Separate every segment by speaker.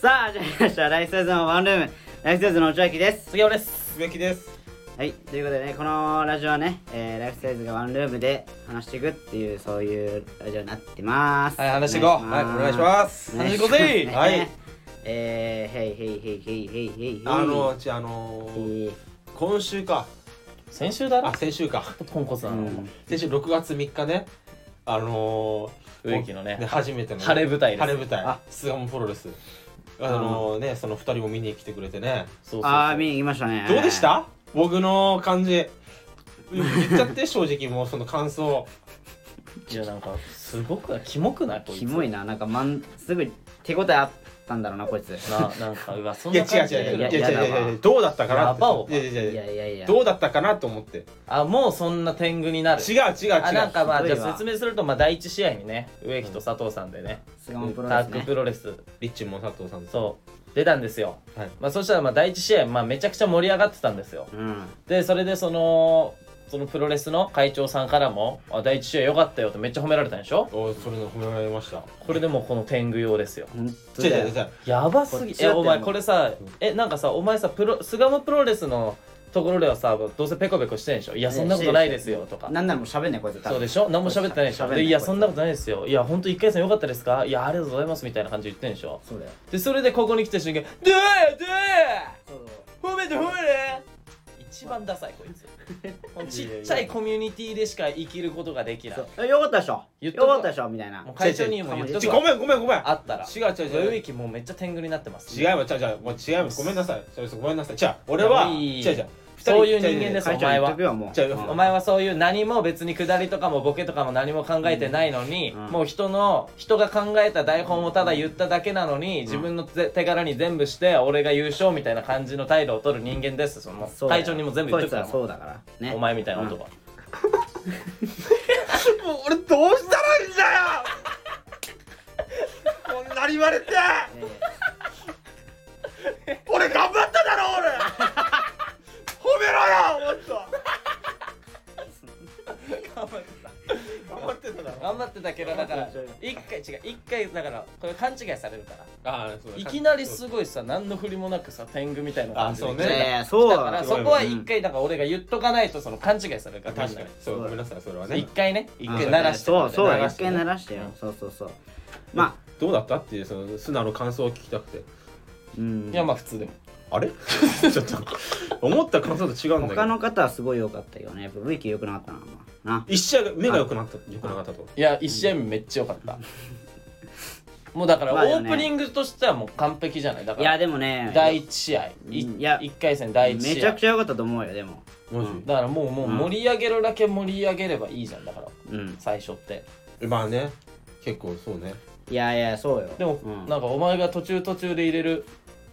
Speaker 1: さあ始まりましたライフサイズのワンルームライフサイズの千秋です
Speaker 2: 杉山です鈴木です
Speaker 1: はいということでねこのラジオはね、えーライフサイズがワンルームで話していくっていうそういうラジオになってます
Speaker 2: はい話していこうはいお願いします
Speaker 1: お願
Speaker 2: 話
Speaker 1: いし
Speaker 2: していこ
Speaker 1: ま
Speaker 2: う
Speaker 1: す
Speaker 2: ぜ
Speaker 1: ね
Speaker 2: はい
Speaker 1: えー、へいへいへいへいへいへいへい
Speaker 3: あのちあの
Speaker 1: え
Speaker 3: ー
Speaker 1: ー
Speaker 3: 今週か
Speaker 2: 先週だろ
Speaker 3: あ先週か
Speaker 2: ポンコツな
Speaker 1: う
Speaker 2: の
Speaker 1: ん
Speaker 3: 先週6月3日ねあのー
Speaker 2: 植木のね
Speaker 3: ね初めての
Speaker 2: 晴れ舞台です
Speaker 3: 晴れ舞台
Speaker 1: あ
Speaker 3: 巣鴨プロレスあのーねその2人も見に来てくれてね
Speaker 2: そうそうそう
Speaker 1: あー見に行きましたね
Speaker 3: どうでした僕の感じ言っちゃって正直もうその感想
Speaker 2: いやなんかすごくないキモくないこいつ
Speaker 1: キモいななんかまんすぐ手応えあったんだろうなこいつ
Speaker 2: ななんかうわそん
Speaker 3: いや
Speaker 2: な
Speaker 3: 違
Speaker 2: 感
Speaker 3: う
Speaker 2: じで
Speaker 1: い
Speaker 3: 違う違う
Speaker 1: や
Speaker 3: いや
Speaker 1: いや
Speaker 3: 違う
Speaker 1: やだ
Speaker 3: 違
Speaker 1: わ
Speaker 3: うどうだったかな
Speaker 2: やばお
Speaker 3: っていやいや
Speaker 1: い
Speaker 3: いや
Speaker 1: やいやいや
Speaker 3: どうだったかなと思って
Speaker 2: あもうそんな天狗になる
Speaker 3: 違う違う違う
Speaker 2: あなんかまあ
Speaker 1: す
Speaker 2: じ
Speaker 1: ごいわ
Speaker 2: ゃあ説明するとまあ第一試合にね植木と佐藤さんでね、
Speaker 1: 巣鴨プロ
Speaker 2: タ
Speaker 1: レ
Speaker 2: ッ
Speaker 1: ス
Speaker 2: グ
Speaker 1: ね
Speaker 2: プロレス
Speaker 3: リッチも佐藤さんと
Speaker 2: そう出たんですよ、
Speaker 3: はい
Speaker 2: まあ、そしたらまあ第一試合、まあ、めちゃくちゃ盛り上がってたんですよ
Speaker 1: うん
Speaker 2: でそれでそのそのプロレスの会長さんからも「あ第一試合良かったよ」ってめっちゃ褒められたんでしょ
Speaker 3: おそれの褒められました
Speaker 2: これでもうこの天狗用ですよ
Speaker 1: 本当
Speaker 3: 違う
Speaker 1: だ
Speaker 3: 違う
Speaker 1: よ
Speaker 3: 違う
Speaker 2: やばす
Speaker 1: こ
Speaker 2: ぎ
Speaker 1: っちだ
Speaker 2: え
Speaker 1: って
Speaker 2: お前
Speaker 1: もう
Speaker 2: これさえなんかさお前さプロ巣鴨プロレスのところではさどうせペコペコしてんでしょいやそんなことないですよとか
Speaker 1: なんならもう喋んないこいつ多分
Speaker 2: そうでしょ何も喋ってないでし
Speaker 1: 喋ん
Speaker 2: ょ
Speaker 1: ない
Speaker 2: でいやそんなことないですよいや本当一1回戦良かったですかいやありがとうございますみたいな感じで言ってんでしょ
Speaker 1: そうだよ
Speaker 2: でそれでここに来た瞬間「どうよどうよ褒めて褒めて!」一番ダサいこ いつこのちっちゃいコミュニティでしか生きることができない
Speaker 1: えよかったでしょ
Speaker 2: 言
Speaker 1: よ
Speaker 2: っとくわ
Speaker 1: かったでしょみたいな
Speaker 2: もう会長にも言っとく
Speaker 3: ち
Speaker 2: わ
Speaker 3: ごめんごめんごめん
Speaker 2: あったら
Speaker 3: 違う違う違う
Speaker 2: ウイキもうめっちゃ天狗になってます
Speaker 3: 違います違う違うもう違いますごめんなさいそうですごめんなさい違う俺はい
Speaker 2: やいい
Speaker 3: 違う違う
Speaker 2: そういう人間です
Speaker 1: 会長言っとくよもう
Speaker 3: じゃあ
Speaker 2: お前はそういう何も別に下りとかもボケとかも何も考えてないのに、
Speaker 1: うんうん
Speaker 2: もう人の人が考えた台本をただ言っただけなのに、自分の手手柄に全部して俺が優勝みたいな感じの態度を取る人間ですその
Speaker 1: そうだよ
Speaker 2: 会長にも全部言っとくから
Speaker 1: こいつはそうだからね
Speaker 2: お前みたいな男は、
Speaker 3: もう俺どうしたらいいんだよこんなに言われて
Speaker 1: ええ
Speaker 3: 俺頑張っただろ俺褒めろよもっと頑張ってただ
Speaker 2: 頑張ってたけどだから
Speaker 1: そうそう
Speaker 2: 一回違う一回だからこれ勘違いされるから
Speaker 3: あそうだ
Speaker 2: いきなりすごいさ何の振りもなくさ天狗みたいな感じで
Speaker 3: あそう
Speaker 1: い
Speaker 3: ね
Speaker 1: やいや
Speaker 2: 来
Speaker 1: そう
Speaker 2: たからそこは一回だから俺が言っとかないとその勘違いされるか
Speaker 3: あ
Speaker 2: ら
Speaker 3: 確かにそうごめんなさいそれは
Speaker 2: 一
Speaker 3: ね
Speaker 2: 回ね一回
Speaker 1: うん
Speaker 2: 鳴らして
Speaker 1: そうそう
Speaker 2: 鳴
Speaker 1: よ
Speaker 2: らし
Speaker 1: 一
Speaker 2: て
Speaker 1: 回鳴らしてよそうそうそうまあ
Speaker 3: どうだったっていうその素直の感想を聞きたくて
Speaker 1: うん
Speaker 2: いやまあ普通でも
Speaker 3: あれ ちょっと思った感想と違うんだけど
Speaker 1: 他の方はすごい良かったけどねやっぱ V キ良くなかったなまあな
Speaker 3: 一試合が目が良くなった良くなかったと
Speaker 2: いや一試合目めっちゃ良 かったもうだから
Speaker 1: まあよ
Speaker 2: オ
Speaker 1: ね
Speaker 2: ープニングとしてはもう完璧じゃないだか
Speaker 1: いや
Speaker 2: ら
Speaker 1: でもね
Speaker 2: 第一試合い
Speaker 1: うんいや
Speaker 2: 一回戦第一
Speaker 1: め
Speaker 2: 試
Speaker 1: ちゃ
Speaker 2: 合
Speaker 1: くちゃ良かったと思うよでも
Speaker 3: マジ
Speaker 2: だからもうもう盛り上げるだけ盛り上げればいいじゃんだから
Speaker 1: うん
Speaker 2: 最初って
Speaker 3: まあね結構そうね
Speaker 1: いやいやそうよ
Speaker 2: でも
Speaker 1: うん
Speaker 2: なんかお前が途中途中で入れるおっっ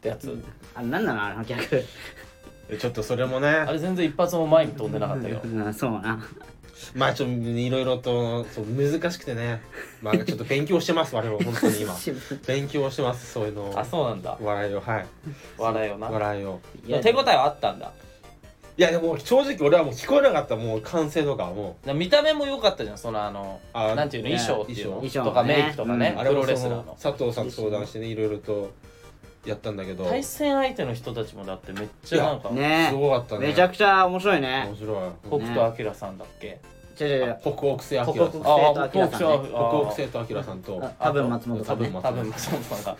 Speaker 2: てやつ
Speaker 1: あれなんなのあの客
Speaker 3: えちょっとそれも
Speaker 2: あ
Speaker 3: ね
Speaker 2: れ全然一発も前に飛んでなかったけど
Speaker 1: うんそうな
Speaker 3: まあちょっといろいろとそう難しくてねまあちょっと勉強してます我々本当に 今勉強してますそういうのを
Speaker 2: あそうなんだ
Speaker 3: 笑いをはい
Speaker 2: 笑いよな
Speaker 3: 笑いを
Speaker 1: いや
Speaker 2: 手応えはあったんだ
Speaker 3: いやでも正直俺はもう聞こえなかったもう完成とかも
Speaker 2: な見た目も良かったじゃんそのあの
Speaker 3: あ
Speaker 2: なんていうの
Speaker 1: ね
Speaker 2: 衣装っていうの
Speaker 1: 衣装
Speaker 2: とか
Speaker 1: ね
Speaker 2: メイクとかね
Speaker 1: う
Speaker 3: うんあ
Speaker 2: プ
Speaker 3: れ
Speaker 2: ロ
Speaker 3: も
Speaker 2: レス
Speaker 3: そ
Speaker 2: ラー
Speaker 3: の
Speaker 2: の
Speaker 3: 佐藤さんと相談してねいろいろとやったんだけど
Speaker 2: 対戦相手の人たちもだってめっちゃなんか、
Speaker 1: ね
Speaker 3: すごかったね
Speaker 1: めちゃくちゃ面白いね
Speaker 3: 面白い
Speaker 2: 北斗晶さんだっけ
Speaker 1: 違う違う違う
Speaker 3: 北欧生明
Speaker 2: 北
Speaker 3: さん
Speaker 2: 斗
Speaker 1: 北斗晶さんね
Speaker 2: 北斗晶
Speaker 3: 北欧
Speaker 2: あー
Speaker 3: 生と明さんと
Speaker 1: あ多分松本さんね
Speaker 3: 多分
Speaker 2: 多分松本さん が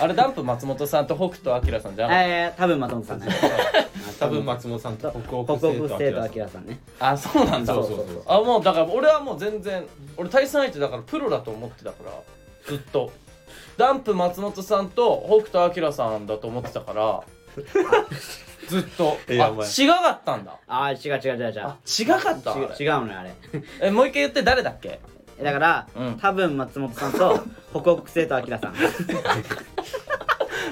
Speaker 2: あれダンプ松本さんと北斗晶さんじゃなかっ
Speaker 1: えー、多分松本さんね。
Speaker 3: 多分松本さんと 北欧
Speaker 1: 北
Speaker 3: 生
Speaker 1: 国ス
Speaker 3: と
Speaker 1: テー
Speaker 3: 明
Speaker 1: ト
Speaker 3: さ
Speaker 1: ア
Speaker 3: ん
Speaker 1: キラさんね。
Speaker 2: たあそうなんだ
Speaker 3: そうそうそう
Speaker 2: あもうだから俺はもう全然俺対戦相手だからプロだと思ってたからずっとダンプ松本さんと北斗晶さんだと思ってたからずっとあ
Speaker 3: いやお前
Speaker 2: 違かったんだ
Speaker 1: ああ、違う違う違う違う。
Speaker 2: あ違かったあ
Speaker 1: 違
Speaker 2: れ
Speaker 1: う違うのよあれ。
Speaker 2: えもう一回言って誰だっけ
Speaker 1: えだから、
Speaker 2: うん
Speaker 1: 多分松本さんと北国ステートアキラさん。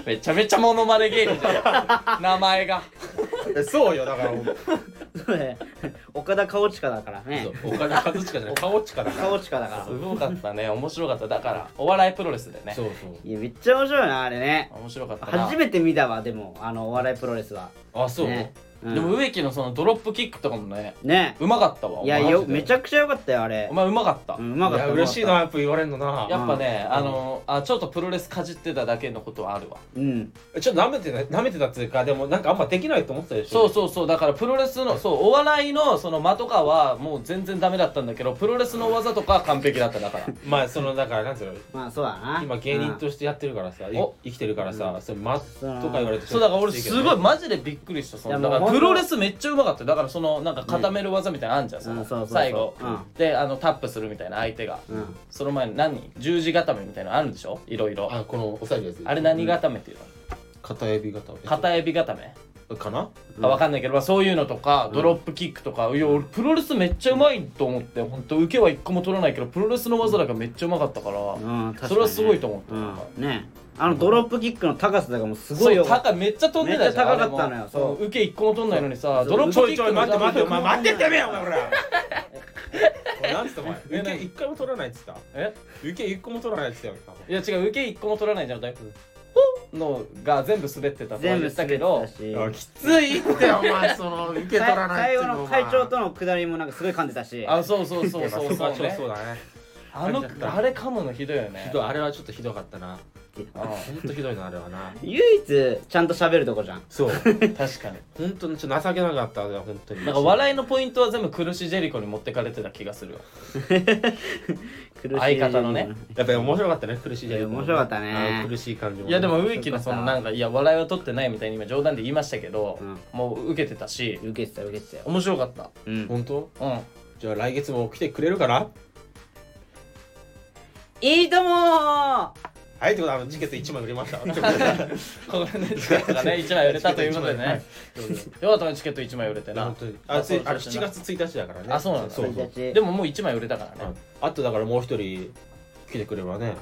Speaker 2: めちゃめちゃモノマネ芸人だよ 名前が
Speaker 3: えそうよだから
Speaker 1: そうね岡田顔近だからね。
Speaker 3: お金和親じゃない顔近だから
Speaker 1: 顔近だから
Speaker 2: す。ごかったね面白かっただからお笑いプロレスでね
Speaker 3: そうそう
Speaker 1: いやめっちゃ面白いなあれね。
Speaker 2: 面白かったな
Speaker 1: 初めて見たわでもあのお笑いプロレスは。
Speaker 3: あそう、
Speaker 1: ねうん
Speaker 2: でも植木のそのドロップキックとかもね
Speaker 1: ね
Speaker 2: うまかったわ
Speaker 1: いや
Speaker 2: お前
Speaker 1: よ
Speaker 2: マジで
Speaker 1: めちゃくちゃ良かったよあれ
Speaker 2: お前うまかった、
Speaker 1: うんうまかった
Speaker 3: いや嬉しいなやっぱ言われんのな
Speaker 2: やっぱね、あのあちょっとプロレスかじってただけのことはあるわ
Speaker 1: うん
Speaker 3: ちょっと舐めてな舐めてたっていうかでもなんかあんまできないと思ってたでし
Speaker 2: そ
Speaker 3: ょ
Speaker 2: うそうそうだからプロレスのそうお笑いのその間とかはもう全然ダメだったんだけどプロレスの技とかは完璧だっただから
Speaker 3: まあそのだからなんつうの
Speaker 1: まあそうだな
Speaker 3: 今芸人
Speaker 1: うん
Speaker 3: としてやってるからさ、い
Speaker 2: お
Speaker 3: 生きてるからさ、それマスとか言われて
Speaker 2: そうだから俺すごい
Speaker 3: い
Speaker 2: マジでびっくりしたその
Speaker 1: いや
Speaker 2: だ
Speaker 1: もう
Speaker 2: から
Speaker 1: ほん
Speaker 2: プ
Speaker 1: と
Speaker 2: ロレスめっちゃうまかったよだからそのなんか固める技みたいなのあんじゃん、その
Speaker 1: うんそうそうそう
Speaker 2: 最後、
Speaker 1: うん
Speaker 2: であのタップするみたいな相手が、
Speaker 1: うん
Speaker 2: その前に何十字固めみたいなのあるんでしょいろいろあ
Speaker 3: あこの押さえるやつ
Speaker 2: れ何固めっていうの
Speaker 3: 片指型
Speaker 2: 片指固め
Speaker 3: かな
Speaker 2: あわかんないけど、まあ、そういうのとか、ドロップキックとかいや俺プロレスめっちゃうまいと思って本当受けは一個も取らないけどプロレスの技だからめっちゃうまかったから、
Speaker 1: うん確かにね
Speaker 2: それはすごいと思った
Speaker 1: う
Speaker 2: なんんか
Speaker 1: ねあのドロップキックの高さとかもすごいよ
Speaker 2: そう高いめっちゃ飛んでたじゃん
Speaker 1: めっちゃ高かったのよ
Speaker 2: あれも
Speaker 1: そう
Speaker 2: 受け一個も取んないのにさ
Speaker 1: そう
Speaker 2: ドロップ
Speaker 3: ちょ
Speaker 2: キ
Speaker 3: い
Speaker 2: ッ
Speaker 3: ち
Speaker 2: ク
Speaker 3: ょい待って待ってお
Speaker 2: の
Speaker 3: 前待ってってやめよお前ほらお前なんつったお前
Speaker 2: え
Speaker 3: 受け一回も取らないっつった
Speaker 2: え
Speaker 3: 受け一個も取らないっつったよ
Speaker 2: いや違う受け一個も取らないじゃん大体ほっのが全部滑ってたとは
Speaker 1: 全部
Speaker 2: 言
Speaker 1: 滑
Speaker 2: った
Speaker 1: っ
Speaker 2: け
Speaker 1: て
Speaker 2: ど
Speaker 1: たし
Speaker 3: あきついってお前その受け取らない
Speaker 1: 最
Speaker 3: っつ
Speaker 1: 後の
Speaker 3: うお前
Speaker 1: 会長との下りもなんかすごい噛んでたし
Speaker 2: あそうそうそう
Speaker 3: そ
Speaker 2: そう
Speaker 3: うそ
Speaker 2: そうう,、ね
Speaker 3: そう、だね
Speaker 2: あのあれ噛むのひどいよね
Speaker 3: ひどいあれはちょっとひどかったな
Speaker 2: う
Speaker 3: ほ んとひどいなあれはな
Speaker 1: 唯一ちゃんと喋るとこじゃん
Speaker 3: そうん
Speaker 2: 確かに
Speaker 3: 本当にちょっと情けなかったね本当に
Speaker 2: なんか笑いのポイントは全部苦しジェリコに持ってかれてた気がするよ
Speaker 1: 苦しい
Speaker 2: 相方のね
Speaker 3: やっぱり面白かったね苦しいじゃ
Speaker 1: いや
Speaker 3: ん
Speaker 1: 面白かったね
Speaker 3: あの苦しい感じも
Speaker 2: いやでも植木のそ
Speaker 1: そ
Speaker 2: の
Speaker 1: うか
Speaker 2: なんかいや笑いは取ってないみたいに今冗談で言いましたけど、
Speaker 1: うん
Speaker 2: もう受けてたし
Speaker 1: 受けてた受けてたよ
Speaker 2: 面白かった
Speaker 1: うん
Speaker 3: 本当
Speaker 2: うん
Speaker 3: じゃあ来月も来てくれるかない
Speaker 1: いともー
Speaker 3: はいってことはあのチケット1枚売りました
Speaker 2: これねチケットがね1枚売れた ということでねよかったねチケット1枚売れてな
Speaker 3: 本当にあついあれ7
Speaker 2: そう
Speaker 3: 月1日だからね
Speaker 2: あそうなんだ
Speaker 3: そうそう
Speaker 1: 1日
Speaker 2: でももう1枚売れたから
Speaker 3: う
Speaker 2: ね
Speaker 3: んあとだからもう一人来てくればね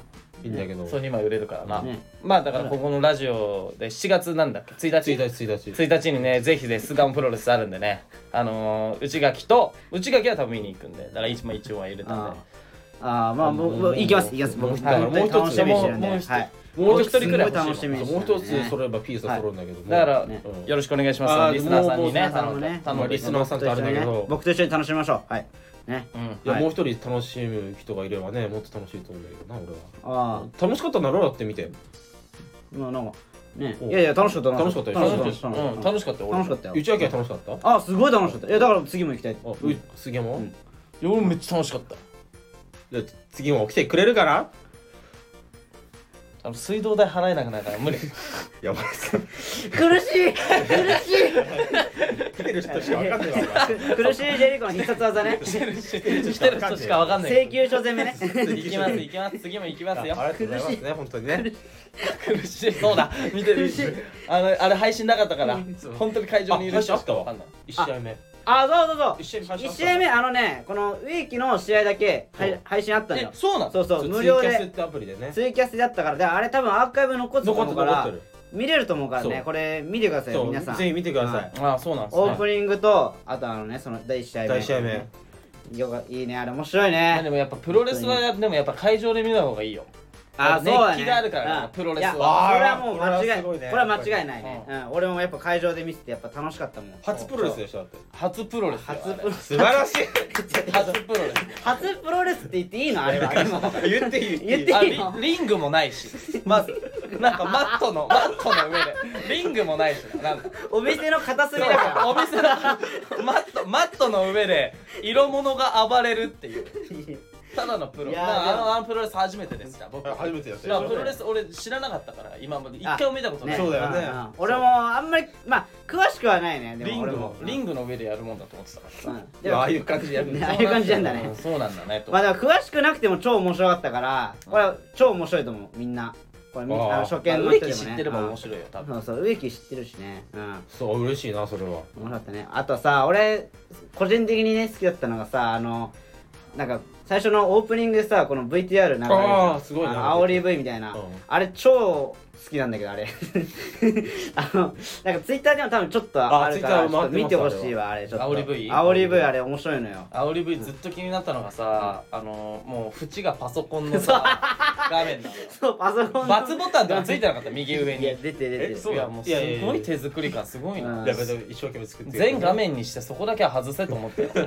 Speaker 3: いいんだけど
Speaker 2: そう
Speaker 3: 1
Speaker 2: 2枚売れるからな、
Speaker 1: ね
Speaker 2: まあだからここのラジオで7月なんだっけ1日
Speaker 3: 日1日
Speaker 2: 1日にねぜひねスガンプロレスあるんでねあのー、内垣と内垣は多分見に行くんでだから一枚一応は入れたん
Speaker 1: あ
Speaker 2: で
Speaker 1: ーあーまあ僕
Speaker 3: もう
Speaker 1: 僕行きます行きます僕
Speaker 3: もう
Speaker 1: 一
Speaker 2: はい
Speaker 1: 人で楽しみにしてるんで
Speaker 2: もうもう一人
Speaker 1: はい
Speaker 2: もう一人くらい欲しいわ
Speaker 1: すご楽しみにしてる
Speaker 3: もう
Speaker 1: んで
Speaker 3: 一つ揃えばピースは揃うんだけども
Speaker 2: だから、
Speaker 1: ね
Speaker 3: うん
Speaker 2: よろしくお願いし
Speaker 3: あ
Speaker 2: ま
Speaker 3: ー
Speaker 2: すリスナーさんにね
Speaker 1: もうもう
Speaker 2: 頼んで
Speaker 1: リスナーさんもね
Speaker 3: リスナーさ
Speaker 2: 頼んで
Speaker 3: んとあれだけど
Speaker 1: 僕と一緒に楽しみましょうはいね
Speaker 2: うん
Speaker 3: いや
Speaker 1: はい
Speaker 3: もう一人楽しむ人がいればねもっと楽しいと思うんだけどな俺は
Speaker 1: あ
Speaker 3: 楽しかったんだろだって見て
Speaker 1: あもうなんかね
Speaker 3: お
Speaker 1: いやいや楽しかった
Speaker 3: 楽しかったよ
Speaker 1: 楽しか
Speaker 2: 楽
Speaker 1: っ
Speaker 2: しか
Speaker 1: た
Speaker 2: った
Speaker 1: 楽
Speaker 2: よ
Speaker 1: しかった
Speaker 2: うん楽しかったよ
Speaker 1: 楽しか
Speaker 2: 俺
Speaker 1: ったよ
Speaker 3: 内訳は楽しかった
Speaker 1: あすごい楽しかったいやだから次も行きたい
Speaker 3: あう次も、
Speaker 1: うん
Speaker 2: いや俺めっちゃ楽しかった
Speaker 3: じゃあ次も来てくれるかな
Speaker 2: あの水道代払えなくなるから 無理
Speaker 3: やばいっす
Speaker 1: 苦しい苦
Speaker 3: 来てる人しか分かんない わ
Speaker 1: しい苦しいジェリコの必殺技ね
Speaker 2: してる人しかわかんない
Speaker 1: 請求書攻めね
Speaker 2: 行きます行きます次も行きます
Speaker 3: お前
Speaker 2: よ
Speaker 3: ありがとうございますね本当にね
Speaker 2: 苦しい そうだ見てる あのあれ配信なかったから本当に会場にいる人
Speaker 3: あ配信あったわ
Speaker 2: わかんない
Speaker 3: 一試合目
Speaker 1: あそうそうそう
Speaker 3: 一試合目
Speaker 1: 1試合目あのねこのウィーキの試合だけは
Speaker 3: そう
Speaker 1: い配信あったの
Speaker 2: え
Speaker 1: よ
Speaker 2: そうなの
Speaker 1: そうそう
Speaker 3: そう
Speaker 1: 無料
Speaker 3: ツイキャスっ
Speaker 1: で
Speaker 3: てアプリでね
Speaker 1: ツイキャスだったからであれ多分アーカイブ残ってたと
Speaker 3: 残っ
Speaker 1: 思
Speaker 3: て
Speaker 1: う
Speaker 3: る
Speaker 1: か
Speaker 3: 残っ
Speaker 1: ら
Speaker 3: てる
Speaker 1: 見れると思うから
Speaker 3: そ
Speaker 1: ね
Speaker 3: う
Speaker 1: これ見てくださいよ皆さ
Speaker 3: そうぜひ
Speaker 1: ん
Speaker 3: 見てください
Speaker 2: あそうなんです
Speaker 1: オー
Speaker 2: ね
Speaker 1: プニングとあとあのねその第1試合目
Speaker 3: 第一試合目
Speaker 1: よかいいねあれ面白い
Speaker 2: まあで
Speaker 1: ね
Speaker 2: もやっぱプロレスはでもやっぱ会場で見た方がいいよ
Speaker 1: あそうだね
Speaker 2: 熱気があるからな
Speaker 1: うん
Speaker 2: プロレス
Speaker 1: や
Speaker 2: はい
Speaker 1: これはもう
Speaker 3: あー
Speaker 1: 間違い
Speaker 3: これはすごいね
Speaker 1: これは間違いないねうん俺もやっぱ会場で見ててやっぱ楽しかったもん
Speaker 3: 初プロレスでしょだって
Speaker 2: 初プロレスよ
Speaker 1: 初プロレス
Speaker 3: 素晴らしい
Speaker 2: あれ初プロレス
Speaker 1: 初プロレスって言っていいのあれはでも
Speaker 3: 言っていい
Speaker 1: 言っていい
Speaker 2: あ
Speaker 1: の
Speaker 2: リリングもないしまずなんかマットのマットの上でリングもないしななんか
Speaker 1: お店の片隅だから
Speaker 2: お店のマットマットの上で色物が暴れるっていうただのプロ
Speaker 1: いやー
Speaker 2: なんか
Speaker 1: でも
Speaker 2: あのあのプロレス初めてですから僕
Speaker 3: 初めてやった
Speaker 2: プ
Speaker 3: でしょ
Speaker 2: ロレス俺知らなかったから今まで一回も見たことない、
Speaker 1: ね
Speaker 3: そうだよね
Speaker 1: んん俺もあんまりまあ詳しくはないねで
Speaker 2: リ
Speaker 1: も
Speaker 2: ン
Speaker 1: 俺
Speaker 2: グ
Speaker 1: も
Speaker 2: もリングの上でやるもんだと思ってた
Speaker 1: う
Speaker 2: か
Speaker 1: ん
Speaker 3: い
Speaker 1: で
Speaker 3: やあ
Speaker 1: も
Speaker 3: あいう感じでやるん
Speaker 1: ね
Speaker 3: だ
Speaker 2: ら
Speaker 1: ああいう感じなんだね
Speaker 2: うんそうなんだねと、
Speaker 1: まあでも詳しくなくても超面白かったからこれは超面白いと思うみんなこれみ
Speaker 3: あー
Speaker 1: あの初
Speaker 2: まあ
Speaker 1: 見の人で
Speaker 2: 植木
Speaker 1: も
Speaker 2: 知
Speaker 1: ね
Speaker 2: ってれば面
Speaker 1: い
Speaker 2: 白いよ多分
Speaker 1: そうそう植木知ってるしねうん
Speaker 3: そう嬉しいなそれは
Speaker 1: 面白かったねあとさ俺個人的にね好きだったのがさあのなんか最初のオープニングでさこの VTR 流れるじゃん
Speaker 3: あーすごい
Speaker 1: あ
Speaker 3: な
Speaker 1: の煽り V みたいな、
Speaker 3: うん
Speaker 1: あれ超好きなんだけどあれ あのなんかツイッターでも多分ちょっとあるか
Speaker 3: あ
Speaker 1: ら
Speaker 3: Twitter
Speaker 1: ちょっと
Speaker 3: 回
Speaker 1: 見
Speaker 3: ってます
Speaker 1: てほしいわあれちょっと
Speaker 2: 煽り V？
Speaker 1: 煽り V あれ面白いのよ
Speaker 2: 煽り V ずっと気になったのがさ、あのもう縁がパソコンのさ画面なのよ
Speaker 1: そうパソコンの
Speaker 2: バツボタンとかついてなかった右上
Speaker 1: い
Speaker 2: に
Speaker 1: や出て出て
Speaker 3: えそう
Speaker 2: いやもうす
Speaker 3: いやいやいや
Speaker 2: ごい手作り感すごいな、
Speaker 1: うん
Speaker 3: やべでも一生懸命作って
Speaker 2: 全画面にしてそこだけは外せと思って
Speaker 1: うん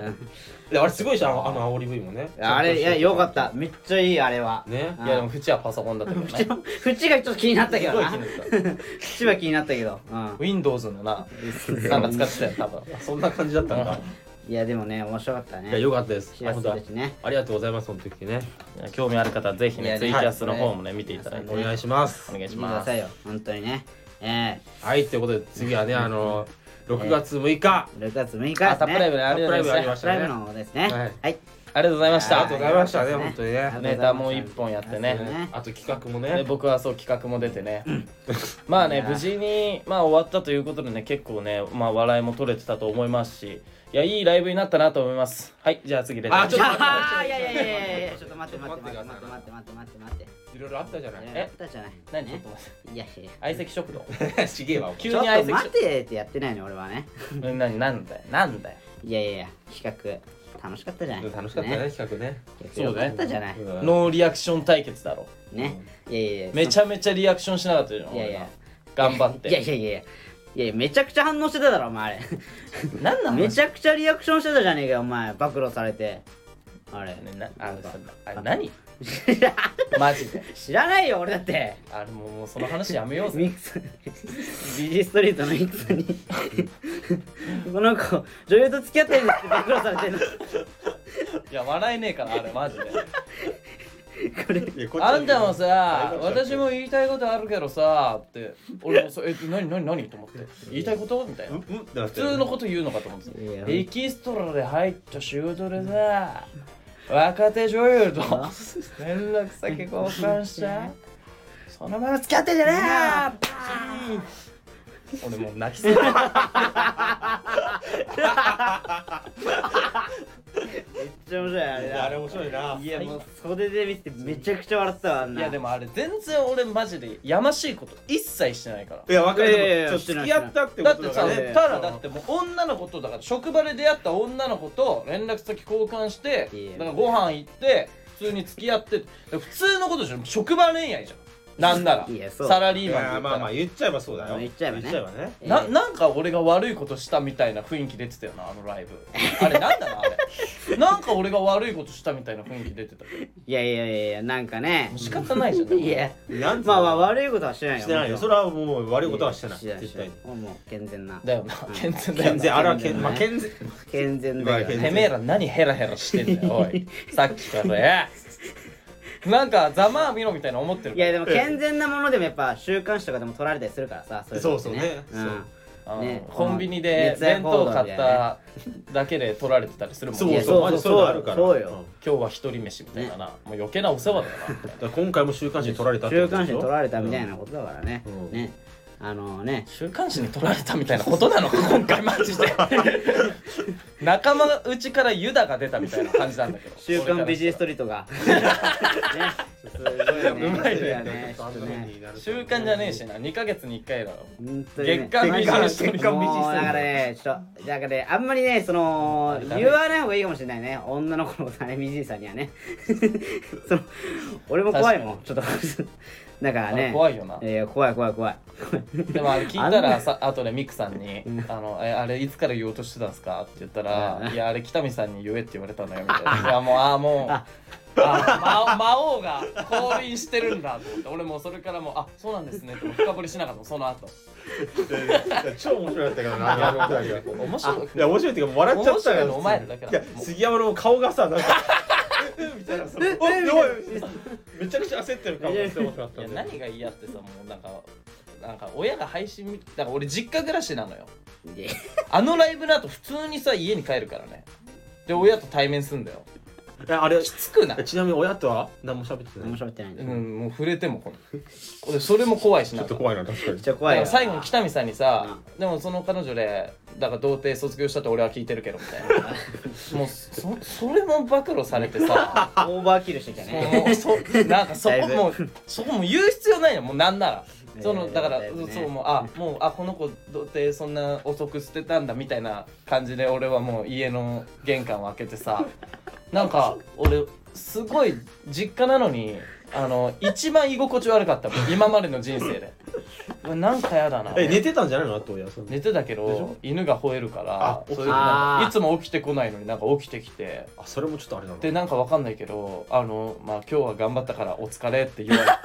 Speaker 3: いやあれすごいじゃんあのあの煽り V もね
Speaker 1: あれいやよかっためっちゃいいあれは
Speaker 3: ね
Speaker 1: うん
Speaker 2: いやでも縁はパソコンだったけどね
Speaker 1: 縁 がちょっと気になったけ
Speaker 2: す
Speaker 1: ど
Speaker 2: ごい
Speaker 1: な
Speaker 2: 気になった
Speaker 1: 縁は気になったけど、うん、
Speaker 2: Windows のななんか使ってたよ多分
Speaker 3: そんな感じだったんだ
Speaker 1: いやでもね面白かったね
Speaker 3: いやよかったです
Speaker 1: し
Speaker 3: あ
Speaker 1: や
Speaker 3: 本
Speaker 1: す
Speaker 3: 当
Speaker 1: たちね
Speaker 3: ありがとうございますその時ね
Speaker 2: いや興味ある方はぜひ
Speaker 1: いや
Speaker 2: ね
Speaker 1: ね
Speaker 2: ツイキャスの方もね見ていただいて
Speaker 3: お願いします
Speaker 2: お願い
Speaker 1: 見て
Speaker 2: し
Speaker 1: くだ
Speaker 2: ます
Speaker 1: さいよ本当にねえ
Speaker 3: はいということで次はねあの6月6日
Speaker 1: ー、6月6日ですね
Speaker 2: あタップライブねありがとうござい
Speaker 3: タップライブ
Speaker 1: ライブ
Speaker 3: ありまし
Speaker 2: ましたた
Speaker 1: の方ですね
Speaker 3: はい
Speaker 1: はい
Speaker 2: ありがとうございまし
Speaker 3: あり
Speaker 2: た
Speaker 3: がとうございましたね本当にね
Speaker 2: ネタも一本やってね
Speaker 1: ね
Speaker 3: あと企画も
Speaker 2: で
Speaker 3: ね
Speaker 2: 僕はそう企画も出てね、まあ
Speaker 1: い
Speaker 2: ね
Speaker 1: やー
Speaker 2: 無事に、まあ、終わったということでね結構ね、まあ、笑いも取れてたと思いますしいやいいライブになったなと思いますはいじゃあ次レター
Speaker 3: あちょっと待って
Speaker 1: あーいやいやいやいやいやちょっと待って待って待って待って待って待って待って
Speaker 3: いろいろあったじゃな
Speaker 1: 待って
Speaker 3: い
Speaker 1: やったじゃない
Speaker 2: 何ちょっ
Speaker 1: ね
Speaker 2: と待って
Speaker 1: いやいやいや
Speaker 2: 相席食堂
Speaker 3: ちげえわお前
Speaker 2: 急
Speaker 1: ちょっ
Speaker 2: に相
Speaker 1: と
Speaker 2: 席
Speaker 1: 待
Speaker 2: 食
Speaker 1: てってやってないの俺はね
Speaker 2: 堂うん何なんだよなんだよ
Speaker 1: いやいやいや企画楽しかったじゃない
Speaker 3: 楽しかったね企画ね
Speaker 1: 企画良かったじゃない
Speaker 3: うん
Speaker 2: ノーリアクション対決だろ
Speaker 1: ねいやいやいや
Speaker 2: めちゃめちゃリアクションしなかったじゃん
Speaker 1: いやい
Speaker 2: 俺
Speaker 1: や
Speaker 2: ら頑張って
Speaker 1: いやいやいやいやいやいやめちゃくちゃ反応してただろお前あ
Speaker 2: 何な
Speaker 1: れ
Speaker 2: の
Speaker 1: めちゃくちゃリアクションしてたじゃねえかよお前暴露されてあれ
Speaker 2: ねなあのさあれ
Speaker 1: あ
Speaker 2: 何 マジで
Speaker 1: 知らないよ俺だって
Speaker 2: あれもうもうその話やめようぜ
Speaker 1: ミクさんビジストリートのミクさんにこの子女優と付き合ってるんですって暴露されてるの
Speaker 2: いや笑えねえからあれマジで
Speaker 1: これ
Speaker 3: いやこっちは
Speaker 2: あんたもさ
Speaker 3: こっちは
Speaker 2: 私も言いたいことあるけどさって俺もそう え何何何と思って言いたいことみたいうなん
Speaker 3: うんってなっ
Speaker 2: 普
Speaker 3: てる
Speaker 2: 通のこと言うのかと思って
Speaker 1: いや
Speaker 2: エキストラで入った仕事でさ若手女優と連絡先交換してそのまま付き合ってんじゃねえよ俺もう泣きそう
Speaker 1: めっちゃ面白いあれ
Speaker 3: いやあれ
Speaker 1: だ
Speaker 3: 面白いない
Speaker 2: やもう
Speaker 1: 袖で見ててめちゃくちゃ笑ったわあん
Speaker 2: い
Speaker 1: な
Speaker 2: やでもあれ全然俺マジでやましいこと一切してないから
Speaker 3: いや分かる
Speaker 1: いやいやいや
Speaker 3: でもちょっと付き合ったってこ
Speaker 2: だっ
Speaker 3: と
Speaker 2: て
Speaker 3: だ
Speaker 2: さ、
Speaker 3: ね
Speaker 1: ええ
Speaker 2: ただだってもう女の子とだから職場で出会った女の子と連絡先交換して
Speaker 1: いいよ
Speaker 2: だからご飯行って普通に付き合って普通のことじゃん職場恋愛じゃんなんなら
Speaker 1: いやそう
Speaker 2: サラリ
Speaker 3: い
Speaker 2: ーマンで
Speaker 3: や
Speaker 2: 言った
Speaker 3: まあ
Speaker 2: ら
Speaker 3: まあ言っちゃえばそうだよ
Speaker 1: 言っちゃえばね
Speaker 3: 言っちゃえばね
Speaker 1: えー
Speaker 2: ななんか俺が悪いことしたみたいな雰囲気出てたよなあのラ イブあれなんだなあれなんか俺が悪いことしたみたいな雰囲気出てた
Speaker 1: いやいやいやいやなんかね
Speaker 2: 仕方ないじゃんでも
Speaker 1: いや
Speaker 3: なんつうの
Speaker 1: まあまあ悪いことはしてないよ
Speaker 3: してないよ
Speaker 1: もち
Speaker 3: そ
Speaker 1: ろん
Speaker 3: れはもう悪いことはしてない
Speaker 1: してない
Speaker 3: 絶対
Speaker 1: し
Speaker 3: に
Speaker 1: てないもう健全な
Speaker 2: だよな健全だよ
Speaker 3: 健
Speaker 2: な
Speaker 3: 全あれは
Speaker 1: 健
Speaker 3: 健
Speaker 1: 全
Speaker 3: まあ
Speaker 1: ね
Speaker 3: 健全
Speaker 1: 健全だよ
Speaker 3: まあ健
Speaker 1: ね
Speaker 2: てめえら何ヘラヘラしてんだよおいさっきからやなんかざまあみろみたいな思ってる
Speaker 1: いやでも健全なものでもやっぱ週刊誌とかでも取られたりするからさそういうのって
Speaker 3: そうそうね
Speaker 1: う
Speaker 3: そうん
Speaker 2: あの
Speaker 1: ね
Speaker 2: コンビニで
Speaker 1: 熱愛
Speaker 2: 弁
Speaker 1: 報道
Speaker 2: 当
Speaker 1: みたいなね
Speaker 2: 買っただけで取られてたりするもん
Speaker 3: そう
Speaker 1: い
Speaker 3: そう
Speaker 1: やそ
Speaker 2: ね
Speaker 1: う
Speaker 3: マジ
Speaker 1: そ
Speaker 3: そうういうのあるから
Speaker 1: そうよ
Speaker 3: うん
Speaker 2: 今日は一人飯みたいなな、もう余計なお世話だなみたいな
Speaker 3: だから今回も週刊誌に取られたってこ
Speaker 1: 週
Speaker 3: とで
Speaker 1: 刊
Speaker 3: し
Speaker 1: 誌
Speaker 3: ょ
Speaker 1: に取られたみたいなことだからね、
Speaker 3: うん
Speaker 1: ねあのね
Speaker 2: 週刊誌に取られたみたいなことなのか 今回マジで仲間内からユダが出たみたいな感じなんだけ
Speaker 1: 「
Speaker 2: ど
Speaker 1: 週刊ビジネストリートが」ねすごいよね
Speaker 2: うまいね
Speaker 1: それがね
Speaker 3: ちょっと
Speaker 1: ね
Speaker 2: 週刊じゃねえしな2ヶ月に1回だろ
Speaker 1: 本当にね
Speaker 2: 月刊ビジネストリー
Speaker 3: 月
Speaker 2: ト
Speaker 3: 刊ビジネ
Speaker 1: も
Speaker 3: スト
Speaker 1: う
Speaker 3: リート
Speaker 1: だからねちょっとだからねあんまりねその言わない方がいいかもしれないね女の子のタレミじいさんにはね その俺も怖いもんちょっとだからね
Speaker 2: 怖いよない
Speaker 1: やいや怖い怖い怖い
Speaker 2: でもあれ聞いたらさ後でミクさんに「あのえあれいつから言おうとしてたんですか?」って言ったら
Speaker 1: うん
Speaker 2: 「いやあれ北見さんに言え」って言われたのよみたいな「いやもうああもうあ魔魔王が降臨してるんだ」と思って俺もうそれからもう「あそうなんですね」って深掘りしなかったのその後
Speaker 3: 超面白かったけどなあの二人が
Speaker 2: 面白い
Speaker 3: いや面白いっていうか笑っちゃった
Speaker 2: 面白いのお前らだけだ
Speaker 3: いや杉山の顔がさなん かえみたいなそのおいおいめちゃくちゃ焦ってる顔がして面白かった
Speaker 2: いや
Speaker 3: んだよ
Speaker 2: 何が嫌ってさもうなんかなんか親が配信見だから俺実家暮らしなのよ
Speaker 1: いや
Speaker 2: あのライブの後普通にさ家に帰るからねで親と対面すんだよ
Speaker 3: えあ れ
Speaker 2: きつくない
Speaker 3: えちなみに親とは何も喋ってない
Speaker 1: 面
Speaker 3: ち
Speaker 1: 白いってないん
Speaker 2: う
Speaker 1: だ
Speaker 2: んもう触れてもこの俺それも怖いしな
Speaker 3: ょっと怖いな確かに
Speaker 1: ちょ怖
Speaker 2: だ
Speaker 1: い
Speaker 2: か
Speaker 1: よ
Speaker 2: ら最後に北見さんにさ、でもその彼女でだから童貞卒業したって俺は聞いてるけどみたい なもうそそれも暴露されてさ
Speaker 1: オーバーキルしてきたね
Speaker 2: もうそなんかそ
Speaker 1: だ
Speaker 2: こ
Speaker 1: いぶ
Speaker 2: もそこも言う必要ないよもうなんなら
Speaker 1: ね
Speaker 2: そのだから、
Speaker 1: だいぶね
Speaker 2: そうもうあもうあこの子童貞そんな遅く捨てたんだみたいな感じで俺はもう家の玄関を開けて さなんか俺すごい実家なのにあの一番居心地悪かったもん今までの人 生でうわなんかやだな
Speaker 3: え寝てたんじゃないのあと親その
Speaker 2: 寝てたけ
Speaker 3: でし
Speaker 2: ど
Speaker 3: ょ
Speaker 2: 犬が吠えるから
Speaker 3: あ
Speaker 2: そういうなん
Speaker 1: あ
Speaker 2: か
Speaker 1: ー
Speaker 2: いつも起きてこないのになんか起きてきて
Speaker 3: あそれもちょっとあれなの
Speaker 2: でなんかわかんないけど「あのまあ今日は頑張ったからお疲れ」って言わ れて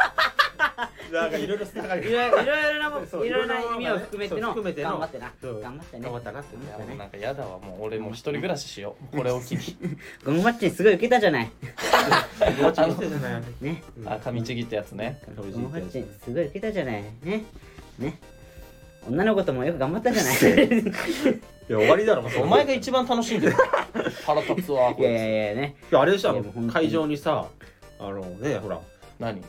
Speaker 3: なんかいろいろつなが
Speaker 1: いろ
Speaker 3: る
Speaker 1: いろいろなもんい
Speaker 3: そう
Speaker 1: ろいろな意味を含めて
Speaker 3: そう
Speaker 1: の
Speaker 3: 含めての
Speaker 1: 頑張ってな
Speaker 3: そう
Speaker 1: 頑張ってね
Speaker 3: 頑張ったなって
Speaker 2: いやもうなんかやだわもう俺もう一人暮らししようこれを機に
Speaker 1: ゴムマッチンすごい受けたじゃない
Speaker 2: あの
Speaker 1: ね
Speaker 2: あ噛みちぎったやつね
Speaker 1: ゴムマッチンすごい受けたじゃないねね女の子ともよく頑張ったじゃない
Speaker 3: いや終わりだろもうそれ
Speaker 2: お前が一番楽しん でる腹立つわこ
Speaker 1: い
Speaker 2: い
Speaker 1: や
Speaker 2: つ
Speaker 1: いやいやね
Speaker 3: いやあれでし
Speaker 1: いや
Speaker 3: ょ
Speaker 1: もう本当に
Speaker 3: 会場にさあのね ほら
Speaker 2: 何